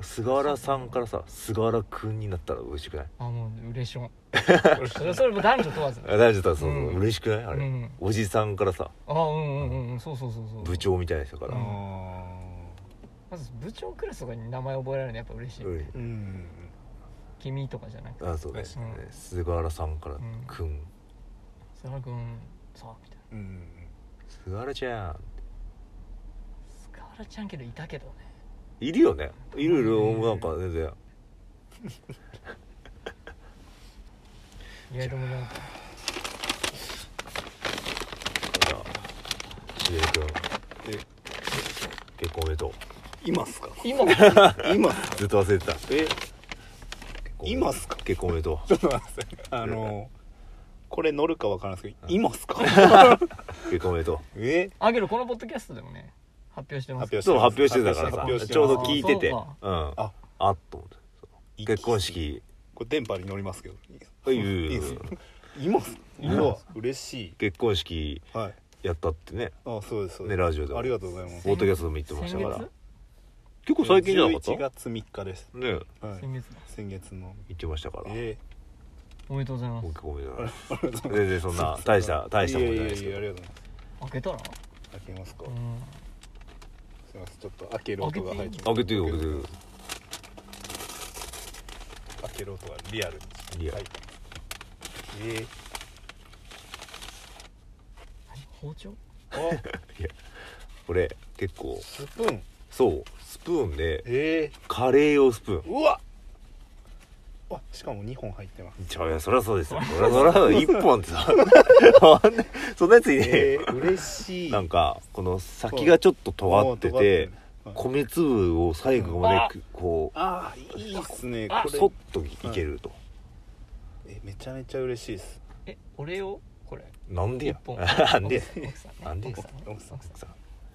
Speaker 4: 菅原さんからさ菅原くんになったら嬉しくない
Speaker 3: あもう嬉しょん [laughs] それそれも男女問わず
Speaker 4: あ大丈夫だそうそう、
Speaker 3: うん
Speaker 4: 嬉しくないあれ、
Speaker 3: うん
Speaker 4: おじさんからさ
Speaker 3: あうんうんうんうんそうそうそうそう
Speaker 4: 部長みたいな人から、
Speaker 3: うん
Speaker 2: う
Speaker 3: まず部長クラスとかに名前覚えられるのやっぱ嬉しい、
Speaker 4: うん
Speaker 2: ん
Speaker 3: 君とかじゃなくて
Speaker 4: あそうね、
Speaker 2: 嬉しい
Speaker 3: ね
Speaker 4: 菅原さんから、
Speaker 3: うん
Speaker 4: くん
Speaker 3: 菅原君そうみたいな
Speaker 2: うん
Speaker 4: 菅原ちゃん
Speaker 3: 菅原ちゃんけどいたけどね
Speaker 4: いるよねいろい
Speaker 3: うん
Speaker 4: ろなんか全然
Speaker 3: いやでも
Speaker 4: [laughs]
Speaker 3: なんか
Speaker 4: しげるくん
Speaker 2: え
Speaker 4: 結婚おめでとう
Speaker 2: 今っす [laughs] か
Speaker 3: 今もあ
Speaker 2: 今っすか
Speaker 4: ずっと忘れてた
Speaker 2: え今
Speaker 4: 今
Speaker 2: っすか [laughs]
Speaker 4: 結婚おめでと
Speaker 2: ちょっと待ってくださいあのこれ乗るかわからんすけど今っすか
Speaker 4: う結婚おめでと
Speaker 2: え
Speaker 3: けどこのポッドキャストでもね発表してます
Speaker 2: 発表
Speaker 4: う
Speaker 2: して
Speaker 4: そう
Speaker 2: ます
Speaker 4: 発表してたから
Speaker 2: 発
Speaker 4: さ
Speaker 2: 表してます
Speaker 4: ちょうど聞いてて
Speaker 3: あ
Speaker 4: う
Speaker 3: そ
Speaker 4: ん
Speaker 3: うか
Speaker 4: あ
Speaker 2: あ
Speaker 4: っと思ってそう結婚式
Speaker 2: これ電波に乗りますけど
Speaker 4: い
Speaker 2: い
Speaker 4: い
Speaker 2: い
Speaker 4: い
Speaker 2: っ
Speaker 4: い
Speaker 2: す今っす
Speaker 4: 今
Speaker 2: うわ嬉し
Speaker 4: 結婚式
Speaker 2: いはい
Speaker 4: やったってね
Speaker 2: あそうですそうで
Speaker 4: ね
Speaker 2: す
Speaker 4: ラジオでも
Speaker 2: ありがとうございます
Speaker 4: ポッドキャストでも言ってましたか
Speaker 3: 先
Speaker 4: ら
Speaker 3: 月
Speaker 4: 結構最近じゃなかった
Speaker 2: 11月3日です
Speaker 4: ね
Speaker 2: はい
Speaker 3: 先月だ
Speaker 2: 先月の
Speaker 4: 言ってましたから
Speaker 2: え
Speaker 3: おめでとうございます
Speaker 4: 大きくおめでとうございます
Speaker 2: えありがとうござい
Speaker 4: 全然そ
Speaker 2: [laughs]
Speaker 4: ん [laughs] な大した
Speaker 2: ま
Speaker 4: 大
Speaker 2: す
Speaker 4: したもんじゃないです
Speaker 2: い
Speaker 4: け
Speaker 2: や
Speaker 4: ど
Speaker 2: いやいやありがとうございます
Speaker 3: 開けたら
Speaker 2: 開けますか
Speaker 3: うん
Speaker 2: すいませんちょっと開ける音が入っちゃう
Speaker 4: 開けてよ開けてよ
Speaker 2: 開ける音がリアルです
Speaker 4: リアル
Speaker 2: はいえ
Speaker 3: 何包丁
Speaker 2: ー、あ [laughs]
Speaker 4: これ結構
Speaker 2: スプーン
Speaker 4: そうスプーンで
Speaker 2: え
Speaker 4: カレー用スプーン
Speaker 2: ー、うわああしかも2本入ってます
Speaker 4: ちゃうやそりゃそうですよそりゃそりゃ一本ってさ [laughs] あんなそんなやついねえ
Speaker 2: え
Speaker 4: よ
Speaker 2: ー、嬉しい
Speaker 4: なんかこの先がちょっと尖ってて
Speaker 2: もう尖ってるはい
Speaker 4: 米粒を最後までこう
Speaker 2: ああいいっすね
Speaker 3: あ
Speaker 2: こ
Speaker 4: そ
Speaker 2: れ
Speaker 4: っといけると、
Speaker 2: えめちゃめちゃ嬉しいです
Speaker 3: え俺をこれ
Speaker 4: なんで
Speaker 3: 一
Speaker 4: や
Speaker 3: 本
Speaker 4: [laughs] なんで
Speaker 3: 奥さんね
Speaker 4: なんで
Speaker 3: 奥さんね
Speaker 2: 奥
Speaker 3: 奥
Speaker 2: さ
Speaker 3: さ
Speaker 2: ん
Speaker 3: ん
Speaker 4: さ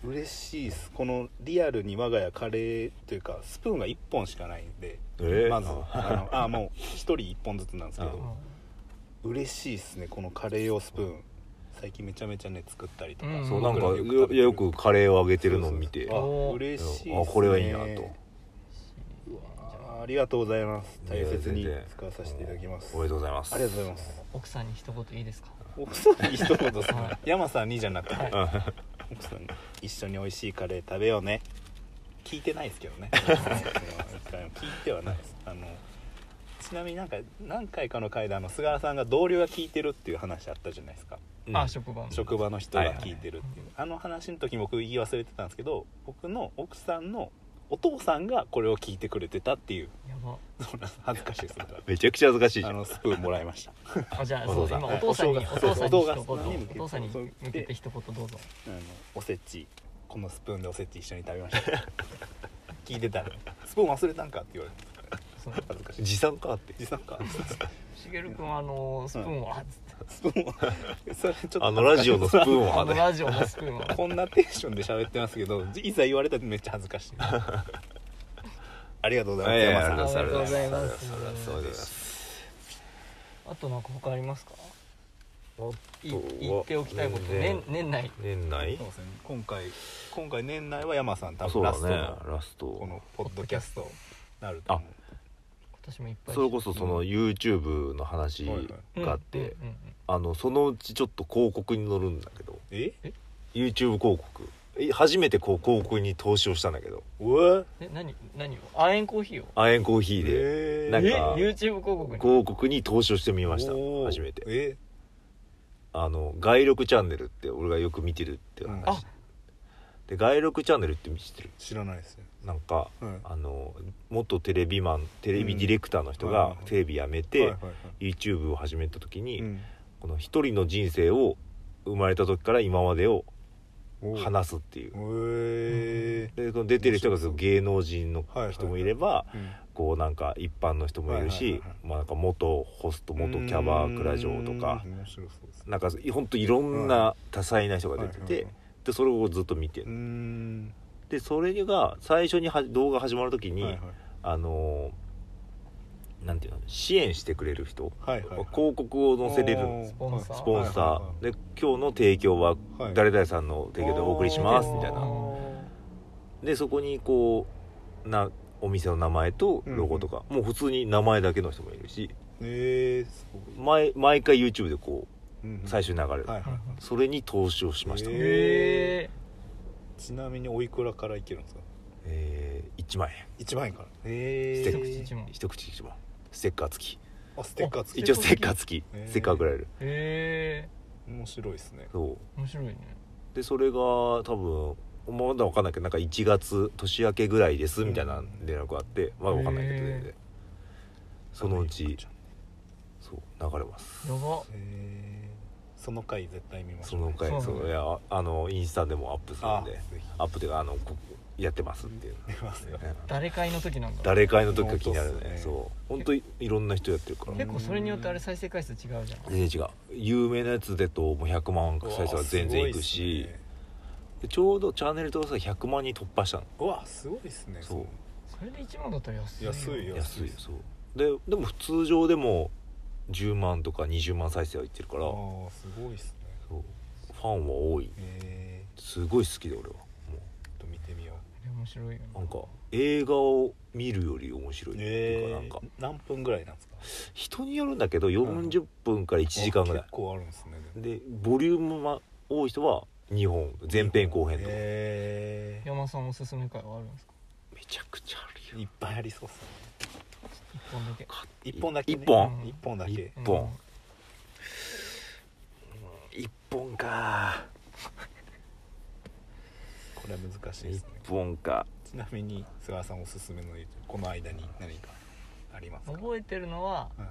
Speaker 2: 嬉しいですこのリアルに我が家カレーというかスプーンが1本しかないんで、
Speaker 4: えー
Speaker 2: まずあ
Speaker 4: あ
Speaker 2: のあもう1人1本ずつなんですけ
Speaker 3: う
Speaker 2: ど嬉しいですねこのカレー用スプーン最近めちゃめちゃね作ったりとか、
Speaker 3: うん
Speaker 4: そうなんか
Speaker 2: 僕ら食べ
Speaker 4: よ
Speaker 2: てる
Speaker 4: よくカレーをあげてるのを見
Speaker 2: そ
Speaker 4: て
Speaker 2: うそうそうあ
Speaker 3: おー
Speaker 2: 嬉しいです、ね、
Speaker 4: あこれはいいなと
Speaker 3: ん
Speaker 2: あありがとうございます大切に
Speaker 4: いや全然
Speaker 2: 使わさせていただきます
Speaker 4: おめでとうございます
Speaker 2: ありがとうございます
Speaker 3: 奥さんに一言いいですか
Speaker 2: 奥さんに一言です
Speaker 3: は
Speaker 2: ね
Speaker 3: い
Speaker 2: 山さんにじゃなくて
Speaker 3: はい
Speaker 2: 奥さんに一緒に美味しいカレー食べようね聞いてないですけどね聞いてはないですあのちなみになんか何回かの回であの菅原さんが同僚が聞いてるっていう話あったじゃないですか
Speaker 4: うん
Speaker 3: あ職場の
Speaker 2: 職場の人が聞いてるっていう、
Speaker 3: は
Speaker 2: あの話の時僕言い忘れてたんですけど僕の奥さんのお父さんがこれを聞いてくれてたっていう
Speaker 3: やば
Speaker 2: そうなんです恥ずかしいですだか
Speaker 4: めちゃくちゃ恥ずかしい
Speaker 2: ら
Speaker 4: じゃ
Speaker 2: あ
Speaker 4: ん
Speaker 2: のスプーンもらいました
Speaker 3: あじゃあそう
Speaker 4: お父さん
Speaker 3: 今お父さんに
Speaker 2: はい
Speaker 3: お父さん
Speaker 2: お
Speaker 3: に
Speaker 2: 父さん
Speaker 3: 一言
Speaker 2: そう
Speaker 3: お父さんに
Speaker 2: そう
Speaker 3: 向けて一言どうぞ
Speaker 2: あのおせちこのスプーンでおせち一緒に食べました [laughs] 聞いてたら「スプーン忘れたんか?」って言われて
Speaker 3: そう
Speaker 2: 恥ずかしい
Speaker 4: 持参かって
Speaker 2: 実際か [laughs]
Speaker 3: しげるくんはあのスプーンをあっつって
Speaker 2: スプーンは [laughs] それちょっと
Speaker 4: あのラジオのスプーン
Speaker 3: あ
Speaker 4: を
Speaker 3: の
Speaker 4: ね
Speaker 3: ラジオのスプーンを
Speaker 4: [laughs]
Speaker 2: [laughs] こんなテンションで喋ってますけどいざ言われたらめっちゃ恥ずかしい [laughs] ありがとうございます
Speaker 4: あ
Speaker 2: 山
Speaker 4: りがとうご
Speaker 2: さ
Speaker 4: ざ
Speaker 2: ん
Speaker 4: いますありがとうございます
Speaker 3: ありがとうございまあとなんか他ありますかい言っておきたいこと年年内
Speaker 4: 年内
Speaker 2: そうですね今回今回年内は山さん多
Speaker 4: そ
Speaker 2: 分ラス
Speaker 4: うだ
Speaker 2: ト
Speaker 4: ね
Speaker 2: の
Speaker 4: ラスト
Speaker 2: このポッドキャストになると思う
Speaker 3: 今年もいっぱい
Speaker 4: それこそその YouTube の話
Speaker 2: はいはい
Speaker 4: があって
Speaker 3: うんうんうん
Speaker 4: あのそのうちちょっと広告に乗るんだけど
Speaker 2: え
Speaker 4: YouTube 広告え初めてこう広告に投資をしたんだけど
Speaker 2: うわ
Speaker 3: え何何を亜鉛コーヒーを
Speaker 4: アエンコーヒーで
Speaker 2: え
Speaker 4: なん
Speaker 3: え
Speaker 4: か
Speaker 3: YouTube 広告に
Speaker 4: 広告に投資をしてみました
Speaker 2: おー
Speaker 4: 初めて
Speaker 2: え
Speaker 4: あの外録チャンネルって俺がよく見てるって
Speaker 2: う
Speaker 4: 話、
Speaker 2: ん
Speaker 3: あ
Speaker 4: で外録チャンネルって知ってる
Speaker 2: 知らないですね
Speaker 4: なんか
Speaker 2: はい
Speaker 4: あの元テレビマンテレビディレクターの人
Speaker 2: うん
Speaker 4: が
Speaker 2: はい
Speaker 4: テレビ辞め
Speaker 2: はい
Speaker 4: て
Speaker 2: はいは
Speaker 4: YouTube を始めた時
Speaker 2: い
Speaker 4: に、
Speaker 2: うん
Speaker 4: この一人の人生を生まれた時から今までを
Speaker 2: おう
Speaker 4: 話すっていう
Speaker 2: へえ
Speaker 4: でこの出てる人がすごい芸能人の
Speaker 2: はいはいはい
Speaker 4: 人もいれば
Speaker 2: うん
Speaker 4: こうなんか一般の人もいる
Speaker 2: はいはい
Speaker 4: し
Speaker 2: はいはい
Speaker 4: まあなんか元ホスト元キャバクラ嬢とか
Speaker 2: うん面白そうですね
Speaker 4: なんかほんといろんな多彩な人が出て
Speaker 2: はいはい
Speaker 4: て
Speaker 2: はい
Speaker 4: でそれをずっと見て
Speaker 2: うーん
Speaker 4: でそれが最初には動画始まる時
Speaker 2: はいは
Speaker 4: に
Speaker 2: い
Speaker 4: あのーなんていうの支援してくれる人
Speaker 2: はいはいはい
Speaker 4: 広告を載せれるんです
Speaker 3: ポンサー
Speaker 4: スポン
Speaker 2: は
Speaker 4: サ
Speaker 2: い
Speaker 4: ーで今日の提供は
Speaker 2: はいはい
Speaker 4: 誰々さんの提供でお送りします
Speaker 2: あー
Speaker 4: みたい
Speaker 3: あ
Speaker 4: な
Speaker 3: ー
Speaker 4: でそこにこうなお店の名前とロゴとか、もう普通に名前だけの人もいるし
Speaker 2: ええすごい
Speaker 4: 毎毎回 YouTube でこ
Speaker 2: うんう
Speaker 4: うん最初に流れる、
Speaker 2: はいはいはい
Speaker 4: それに投資をしました
Speaker 2: へー
Speaker 3: へえ
Speaker 2: ちなみにおいくらからいけるんですか
Speaker 4: えー、1万円
Speaker 2: 一万円からえ
Speaker 4: ステ
Speaker 2: え
Speaker 4: ッ
Speaker 3: 一万
Speaker 4: 一口1万ステッカー付き
Speaker 2: あステッカーつけ
Speaker 4: 一応ステッカー付き
Speaker 2: へー
Speaker 4: ステッカーくられる
Speaker 3: へえ
Speaker 2: 面白いですね
Speaker 4: そう
Speaker 3: 面白いね
Speaker 4: でそれが多分まだ分かんないけどなんか1月年明けぐらいですみたいな連絡があってまだ分かんないけど
Speaker 3: へー
Speaker 4: 全然そのう
Speaker 2: へ
Speaker 4: ちそう流れます
Speaker 3: やば
Speaker 2: えその回絶対見まし
Speaker 4: そ
Speaker 2: ょう
Speaker 4: の
Speaker 2: ね
Speaker 4: 回
Speaker 3: そ
Speaker 4: そう
Speaker 3: なんだ
Speaker 4: ういやあのインスタでもアップする
Speaker 2: あ
Speaker 4: んで
Speaker 2: ぜひ
Speaker 4: アップというかあのこやってますっていう
Speaker 2: [laughs] 見ますよ
Speaker 4: ね
Speaker 3: 誰会の時なんだ
Speaker 4: 誰かいの時が気になる
Speaker 2: 本当っすね
Speaker 4: ねそう本当いいろんな人やってるから
Speaker 3: 結構それによってあれ再生回数違うじゃん
Speaker 4: 全然違う有名なやつでともう100万再生は全然いくしでちょうどチャンネル登録者100万人突破したの
Speaker 2: うわすごいですね
Speaker 4: そう
Speaker 3: それで1万だったら安いよ
Speaker 2: 安いよ
Speaker 4: 安いよそうででも普通常でも10万とか20万再生はいってるから
Speaker 2: あ
Speaker 4: そ
Speaker 2: あすごいですね
Speaker 4: うファンは多い
Speaker 2: えー、
Speaker 4: すごい好きで俺はも
Speaker 2: ちょっと見てみよう
Speaker 3: あれ面白いよね
Speaker 4: うなんか映画を見るより面白いっていうかなんか
Speaker 2: 何分ぐらいなんですか
Speaker 4: 人によるんだけど40分から1時間ぐら
Speaker 2: あ結構あるんですね
Speaker 4: いでボリュームが多い人は2本前編後編とかめ
Speaker 2: え
Speaker 3: 山さんおすすめ回はあるんですか
Speaker 4: ちゃくちゃある
Speaker 2: い
Speaker 4: よ
Speaker 2: っぱいありそうっすね
Speaker 3: 一本だけ
Speaker 2: 一本だけ、ね、
Speaker 4: 一本
Speaker 3: うん
Speaker 2: 一本だけ
Speaker 4: 一本1本か
Speaker 2: これは難しいです
Speaker 4: 1
Speaker 2: ね
Speaker 4: 本か
Speaker 2: ちなみに菅原さんおすすめのこの間に何かありますか
Speaker 3: 覚えてるのは、
Speaker 2: うん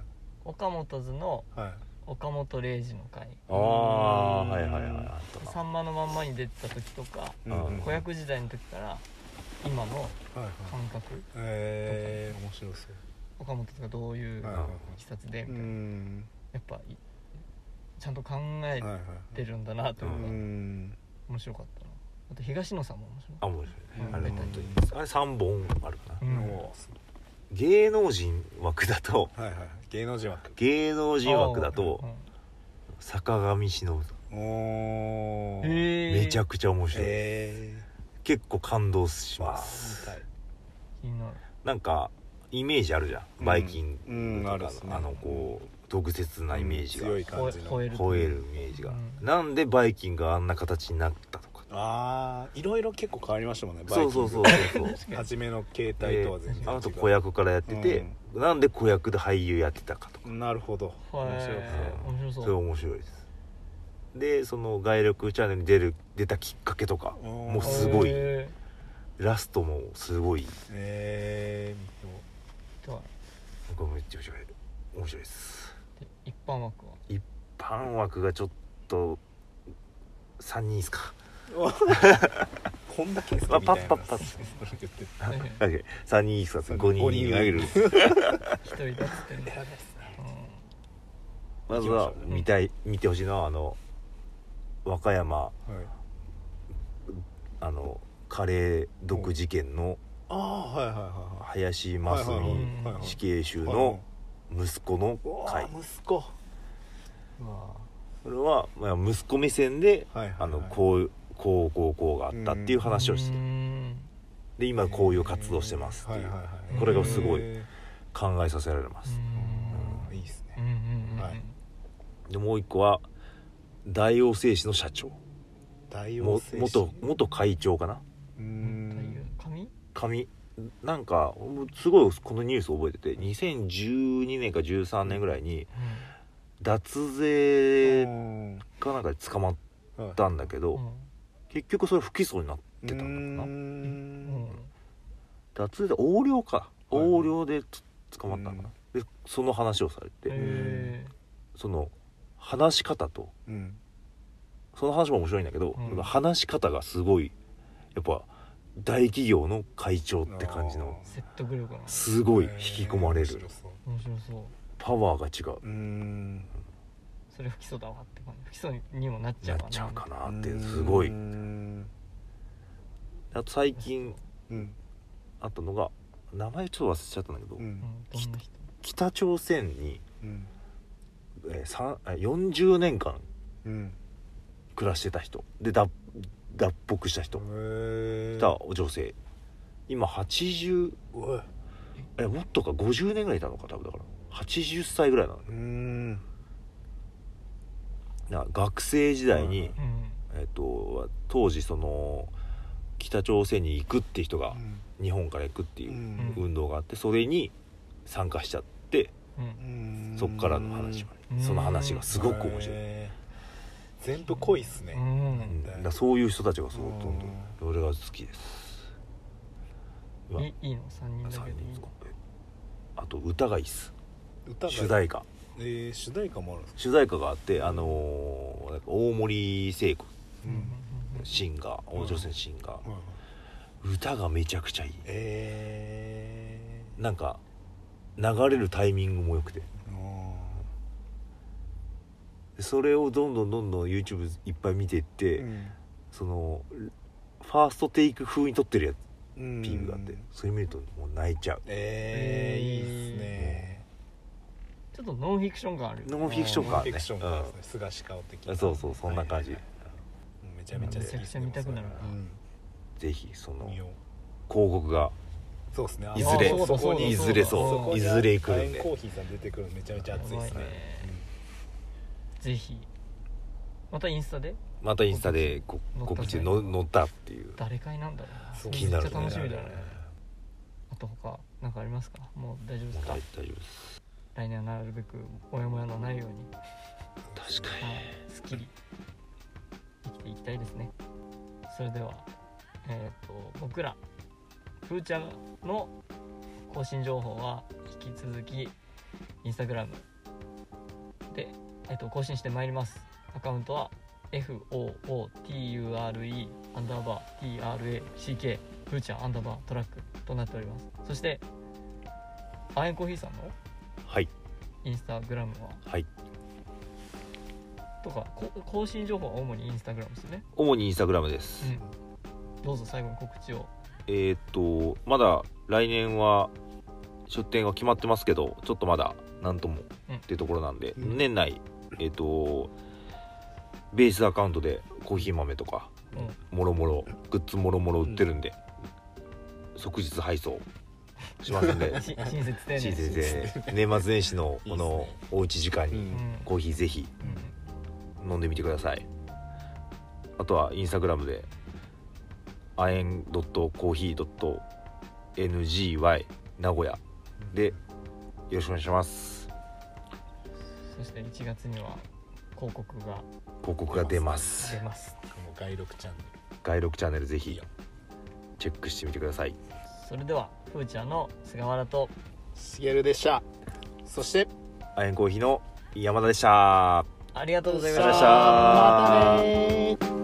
Speaker 3: 岡本図の
Speaker 2: はい
Speaker 3: 岡本零士の回
Speaker 4: ああはいはいはいあった
Speaker 3: さんまのまんまに出てた時とか
Speaker 2: う
Speaker 4: うんん
Speaker 2: うん
Speaker 4: うん
Speaker 3: 子役時代の時から今の
Speaker 2: はいはい
Speaker 3: 感覚
Speaker 2: えー面白そう
Speaker 3: 岡本図がどういう
Speaker 2: はい
Speaker 3: い
Speaker 2: はいはい
Speaker 3: きさつでみ
Speaker 2: う
Speaker 3: たいな
Speaker 2: ーん
Speaker 3: やっぱいちゃんと考え
Speaker 2: はいはい
Speaker 3: てるんだなって
Speaker 2: う
Speaker 3: いうのが
Speaker 2: んな
Speaker 3: 面白かったなあと東野さんも面白い
Speaker 4: あ面白いねあれ
Speaker 3: うん
Speaker 4: 本当にあれ三本あるかな
Speaker 3: うん
Speaker 2: おーす
Speaker 4: 芸能人枠だと
Speaker 2: はいはい芸能人枠
Speaker 4: 芸能人枠だと
Speaker 3: うん
Speaker 4: 坂上忍
Speaker 2: おおえ
Speaker 3: へー
Speaker 4: めちゃくちゃ面白い
Speaker 2: え
Speaker 4: 結構感動し
Speaker 2: ーわ
Speaker 4: ま
Speaker 2: あ
Speaker 4: す
Speaker 2: みたい
Speaker 3: 気になる
Speaker 4: なんかイメージあるじゃんバイキン
Speaker 2: うんう
Speaker 4: グ
Speaker 2: んあ
Speaker 4: と
Speaker 2: るっ
Speaker 4: か
Speaker 2: すね
Speaker 4: のあのこう毒舌なイメージが
Speaker 2: 強い感じ
Speaker 3: 吠
Speaker 2: の
Speaker 3: える
Speaker 4: 吠えるイメージが
Speaker 3: うん
Speaker 4: なんでバイキングがあんな形になったとか
Speaker 2: ああいろいろ結構変わりましたもんね
Speaker 4: そうそうそう
Speaker 2: バイ
Speaker 4: そうそう
Speaker 2: キング初めの携帯
Speaker 4: で
Speaker 2: とは全然違う
Speaker 4: あの人子役からやっててなんで子役で俳優やってたかとか
Speaker 2: なるほど
Speaker 3: はい
Speaker 2: 面白い
Speaker 3: 面白そう
Speaker 4: それ面白いですでその外力チャンネルに出る出たきっかけとか
Speaker 2: うん
Speaker 4: もうすごい
Speaker 3: へ
Speaker 4: ラストもすごい
Speaker 2: えー見ても
Speaker 3: ーとは
Speaker 4: 僕めっちゃ面白い面白いです
Speaker 3: で一般枠は
Speaker 4: パン枠がちょっと3人ですか
Speaker 2: こんだけ好きみた
Speaker 4: あ
Speaker 2: いな
Speaker 4: パッパッパッ
Speaker 2: 言って
Speaker 3: えー
Speaker 4: だけ3人いくつ5
Speaker 2: 五人
Speaker 4: 人あげる
Speaker 3: 一人だっつってんだ
Speaker 2: 選べっすね
Speaker 4: まずは見たい見てほしいのはあの和歌山
Speaker 2: はい
Speaker 4: あのカレー毒事件の
Speaker 2: ああはいはいは
Speaker 4: 林
Speaker 2: いは
Speaker 4: 真
Speaker 2: いはいはい
Speaker 4: 澄
Speaker 2: はいはい
Speaker 4: 死刑囚の息子の
Speaker 2: うわ
Speaker 4: 会
Speaker 2: ー息子
Speaker 3: うんま
Speaker 4: それはまあ息子目線で
Speaker 2: はいはいはい
Speaker 4: あのこうこうこうこうがあったっていう
Speaker 2: うん
Speaker 3: あ
Speaker 4: 話をし
Speaker 3: う
Speaker 4: て
Speaker 3: ーん
Speaker 4: で今こういう活動してますっていう
Speaker 2: はいはいはい
Speaker 3: これがす
Speaker 4: ごい
Speaker 2: へ
Speaker 4: 考えさせられます
Speaker 2: ーいいっす
Speaker 3: う
Speaker 2: ね
Speaker 3: んうんうんうん
Speaker 2: はい
Speaker 4: でもう一個は大王製紙の社長
Speaker 2: 大王
Speaker 4: も
Speaker 2: 製紙
Speaker 4: 元元会長かな
Speaker 2: うー
Speaker 3: 太陽
Speaker 2: ん
Speaker 3: 髪
Speaker 4: 紙なんかすごいこのニュース覚えてて2012年か13年ぐらいに脱税
Speaker 2: うん
Speaker 4: かなんかで捕まっ
Speaker 2: はい
Speaker 4: たんだけど、
Speaker 3: うん
Speaker 4: 結局それ不起訴になっ
Speaker 2: う
Speaker 4: てたん
Speaker 2: ー
Speaker 4: だかなん脱税で横領か
Speaker 2: はい
Speaker 4: 横領でつ捕まったのかな、でその話をされ
Speaker 3: う
Speaker 4: て、
Speaker 3: んへ
Speaker 4: その話し方と
Speaker 2: うん
Speaker 4: その話も面白いんだけど、
Speaker 3: うん
Speaker 4: 話し方がすごいやっぱ大企業の会長って感じの
Speaker 3: ー説得力が
Speaker 4: すごい引き込まれ
Speaker 2: へー
Speaker 4: る
Speaker 2: 面白そう
Speaker 3: 面白そう
Speaker 4: パワーが違う
Speaker 2: うーん
Speaker 3: それ不起訴だわって感じ不起訴にもなっちゃ
Speaker 4: な
Speaker 3: う
Speaker 4: っ
Speaker 3: わ
Speaker 4: ちゃうか
Speaker 3: な
Speaker 4: なってすご
Speaker 2: う
Speaker 4: い
Speaker 2: ーん
Speaker 4: あと最近
Speaker 2: うん
Speaker 4: あったのが名前ちょっと忘れちゃったんだけど、
Speaker 2: う
Speaker 3: うんんどんな人
Speaker 4: 北朝鮮に、
Speaker 2: うん
Speaker 4: えーさんえー40年間
Speaker 2: うん
Speaker 4: 暮らしてた人で脱脱北した人
Speaker 2: へえ
Speaker 4: した女性今80
Speaker 2: おいう
Speaker 4: えもっとか50年ぐらいいたのか多分だから80歳ぐらいなの
Speaker 2: ーん
Speaker 4: だから学生時代
Speaker 3: う
Speaker 4: に、
Speaker 3: ん
Speaker 4: えっと当時その北朝鮮に行くって人が日本から行くって
Speaker 2: う
Speaker 4: いうん運動があってそれに参加しちゃって
Speaker 3: うん
Speaker 2: うん
Speaker 4: そっからの話ま
Speaker 3: うん
Speaker 4: でその話がすごく面白い
Speaker 2: へー全部濃いっす
Speaker 3: う
Speaker 2: ね
Speaker 4: うんんだからそういう人たちがそうどんどん
Speaker 2: う
Speaker 4: 俺が好きですうわ
Speaker 3: いいいの三人だ
Speaker 4: 三
Speaker 3: けで
Speaker 4: 人
Speaker 3: いい
Speaker 4: ですかえあと歌がいいっす
Speaker 2: 歌が
Speaker 4: 主題歌
Speaker 2: えー主題歌もあるんですか
Speaker 4: 主題歌があってあのーなんか大森聖子
Speaker 3: うんうんうん
Speaker 4: シンガー
Speaker 2: うん
Speaker 4: 女性のシンガー
Speaker 2: はいはい
Speaker 4: 歌がめちゃくちゃいい
Speaker 2: えー
Speaker 4: なんか流れるタイミングも良くて
Speaker 2: あ
Speaker 4: でそれをどんどんどんどん YouTube いっぱい見ていって、
Speaker 2: ー
Speaker 4: そのファーストテイク風に撮ってるやつ
Speaker 2: うん
Speaker 4: ピームがあって、
Speaker 2: うん
Speaker 4: それ見るともう泣いちゃう
Speaker 2: えー、いいっすね
Speaker 3: ちょっとノンフィクション感ある
Speaker 4: ノンフィクション感
Speaker 2: ノ
Speaker 4: あ
Speaker 2: ンフ
Speaker 4: る
Speaker 2: ィ
Speaker 4: ね
Speaker 2: クション感ですね菅氏顔的
Speaker 4: う
Speaker 2: なん
Speaker 4: そうそうそんな感
Speaker 2: はいは
Speaker 4: じ、
Speaker 2: いはいめちゃめちゃ好きっすね
Speaker 3: めちゃくちゃ見たくなるな
Speaker 4: ぜひそ
Speaker 2: うん
Speaker 4: の
Speaker 2: 見
Speaker 4: 広
Speaker 2: よう
Speaker 4: 告が
Speaker 2: そうですねあ
Speaker 4: いずれ
Speaker 2: そうだ
Speaker 3: そこ
Speaker 2: そうだ
Speaker 3: に
Speaker 4: いずれ
Speaker 3: そうだ
Speaker 4: そううんいずれ来るん
Speaker 2: ア
Speaker 4: で
Speaker 2: イアンコーヒーさん出てくるのめちゃめちゃ熱いですね
Speaker 3: やばいねぜひまたインスタで
Speaker 4: またインスタでこ告知の載ったっていう
Speaker 3: 誰会なんだろ
Speaker 2: そうう
Speaker 3: め
Speaker 4: 気
Speaker 3: っち
Speaker 4: にな
Speaker 3: ゃ
Speaker 4: るね
Speaker 3: 楽しみだねあと他なんかありますかもう大丈夫です
Speaker 4: もう
Speaker 3: か
Speaker 4: 大大丈夫です
Speaker 3: 来年はなるべくモヤモヤのないように
Speaker 4: 確か
Speaker 3: はいすっきり生きていきたいですねそれではえっ、と僕らフーチャーの更新情報は引き続きインスタグラムで、えっと、更新してまいりますアカウントは FOOTURE アンダーバー TRACK フーチャーアンダーバートラックとなっておりますそしてアエンコーヒーさんの
Speaker 4: はい
Speaker 3: インスタグラムは
Speaker 4: はい
Speaker 3: とかこ更新情報は主にインスタグラムですよね、
Speaker 4: 主にインスタグラムです、
Speaker 3: うん、どうぞ最後に告知を
Speaker 4: えーっとまだ来年は出店が決まってますけどちょっとまだ何とも
Speaker 3: うん
Speaker 4: っていうところなんで、
Speaker 2: うん
Speaker 4: 年内えーっとベースアカウントでコーヒー豆とか
Speaker 3: うん
Speaker 4: もろもろグッズもろもろ売ってるんで、即日配送しますん
Speaker 3: [laughs]
Speaker 4: で
Speaker 3: し親切丁寧
Speaker 4: し
Speaker 3: に
Speaker 4: ん先生年末年始のこ
Speaker 2: いいっ
Speaker 4: の
Speaker 2: すね
Speaker 4: おうち時間
Speaker 2: う
Speaker 4: に
Speaker 3: うんん
Speaker 4: コーヒーぜひ
Speaker 3: う
Speaker 4: 飲んでみてくださいあとはインスタグラムであえん .coffee.ny 名古屋でよろしくお願いします
Speaker 3: んそして1月には広告が
Speaker 4: 広告が出ます
Speaker 3: 出ます
Speaker 2: この外録チャンネ
Speaker 4: 外録チャンネルぜひチェックしてみてください
Speaker 3: それではふーちゃんの菅原と
Speaker 2: ルしげるでしたそして
Speaker 4: あえんコーヒーの山田でした
Speaker 3: ありがとうございま
Speaker 4: ありがとうございま
Speaker 3: し
Speaker 4: したた
Speaker 2: またねー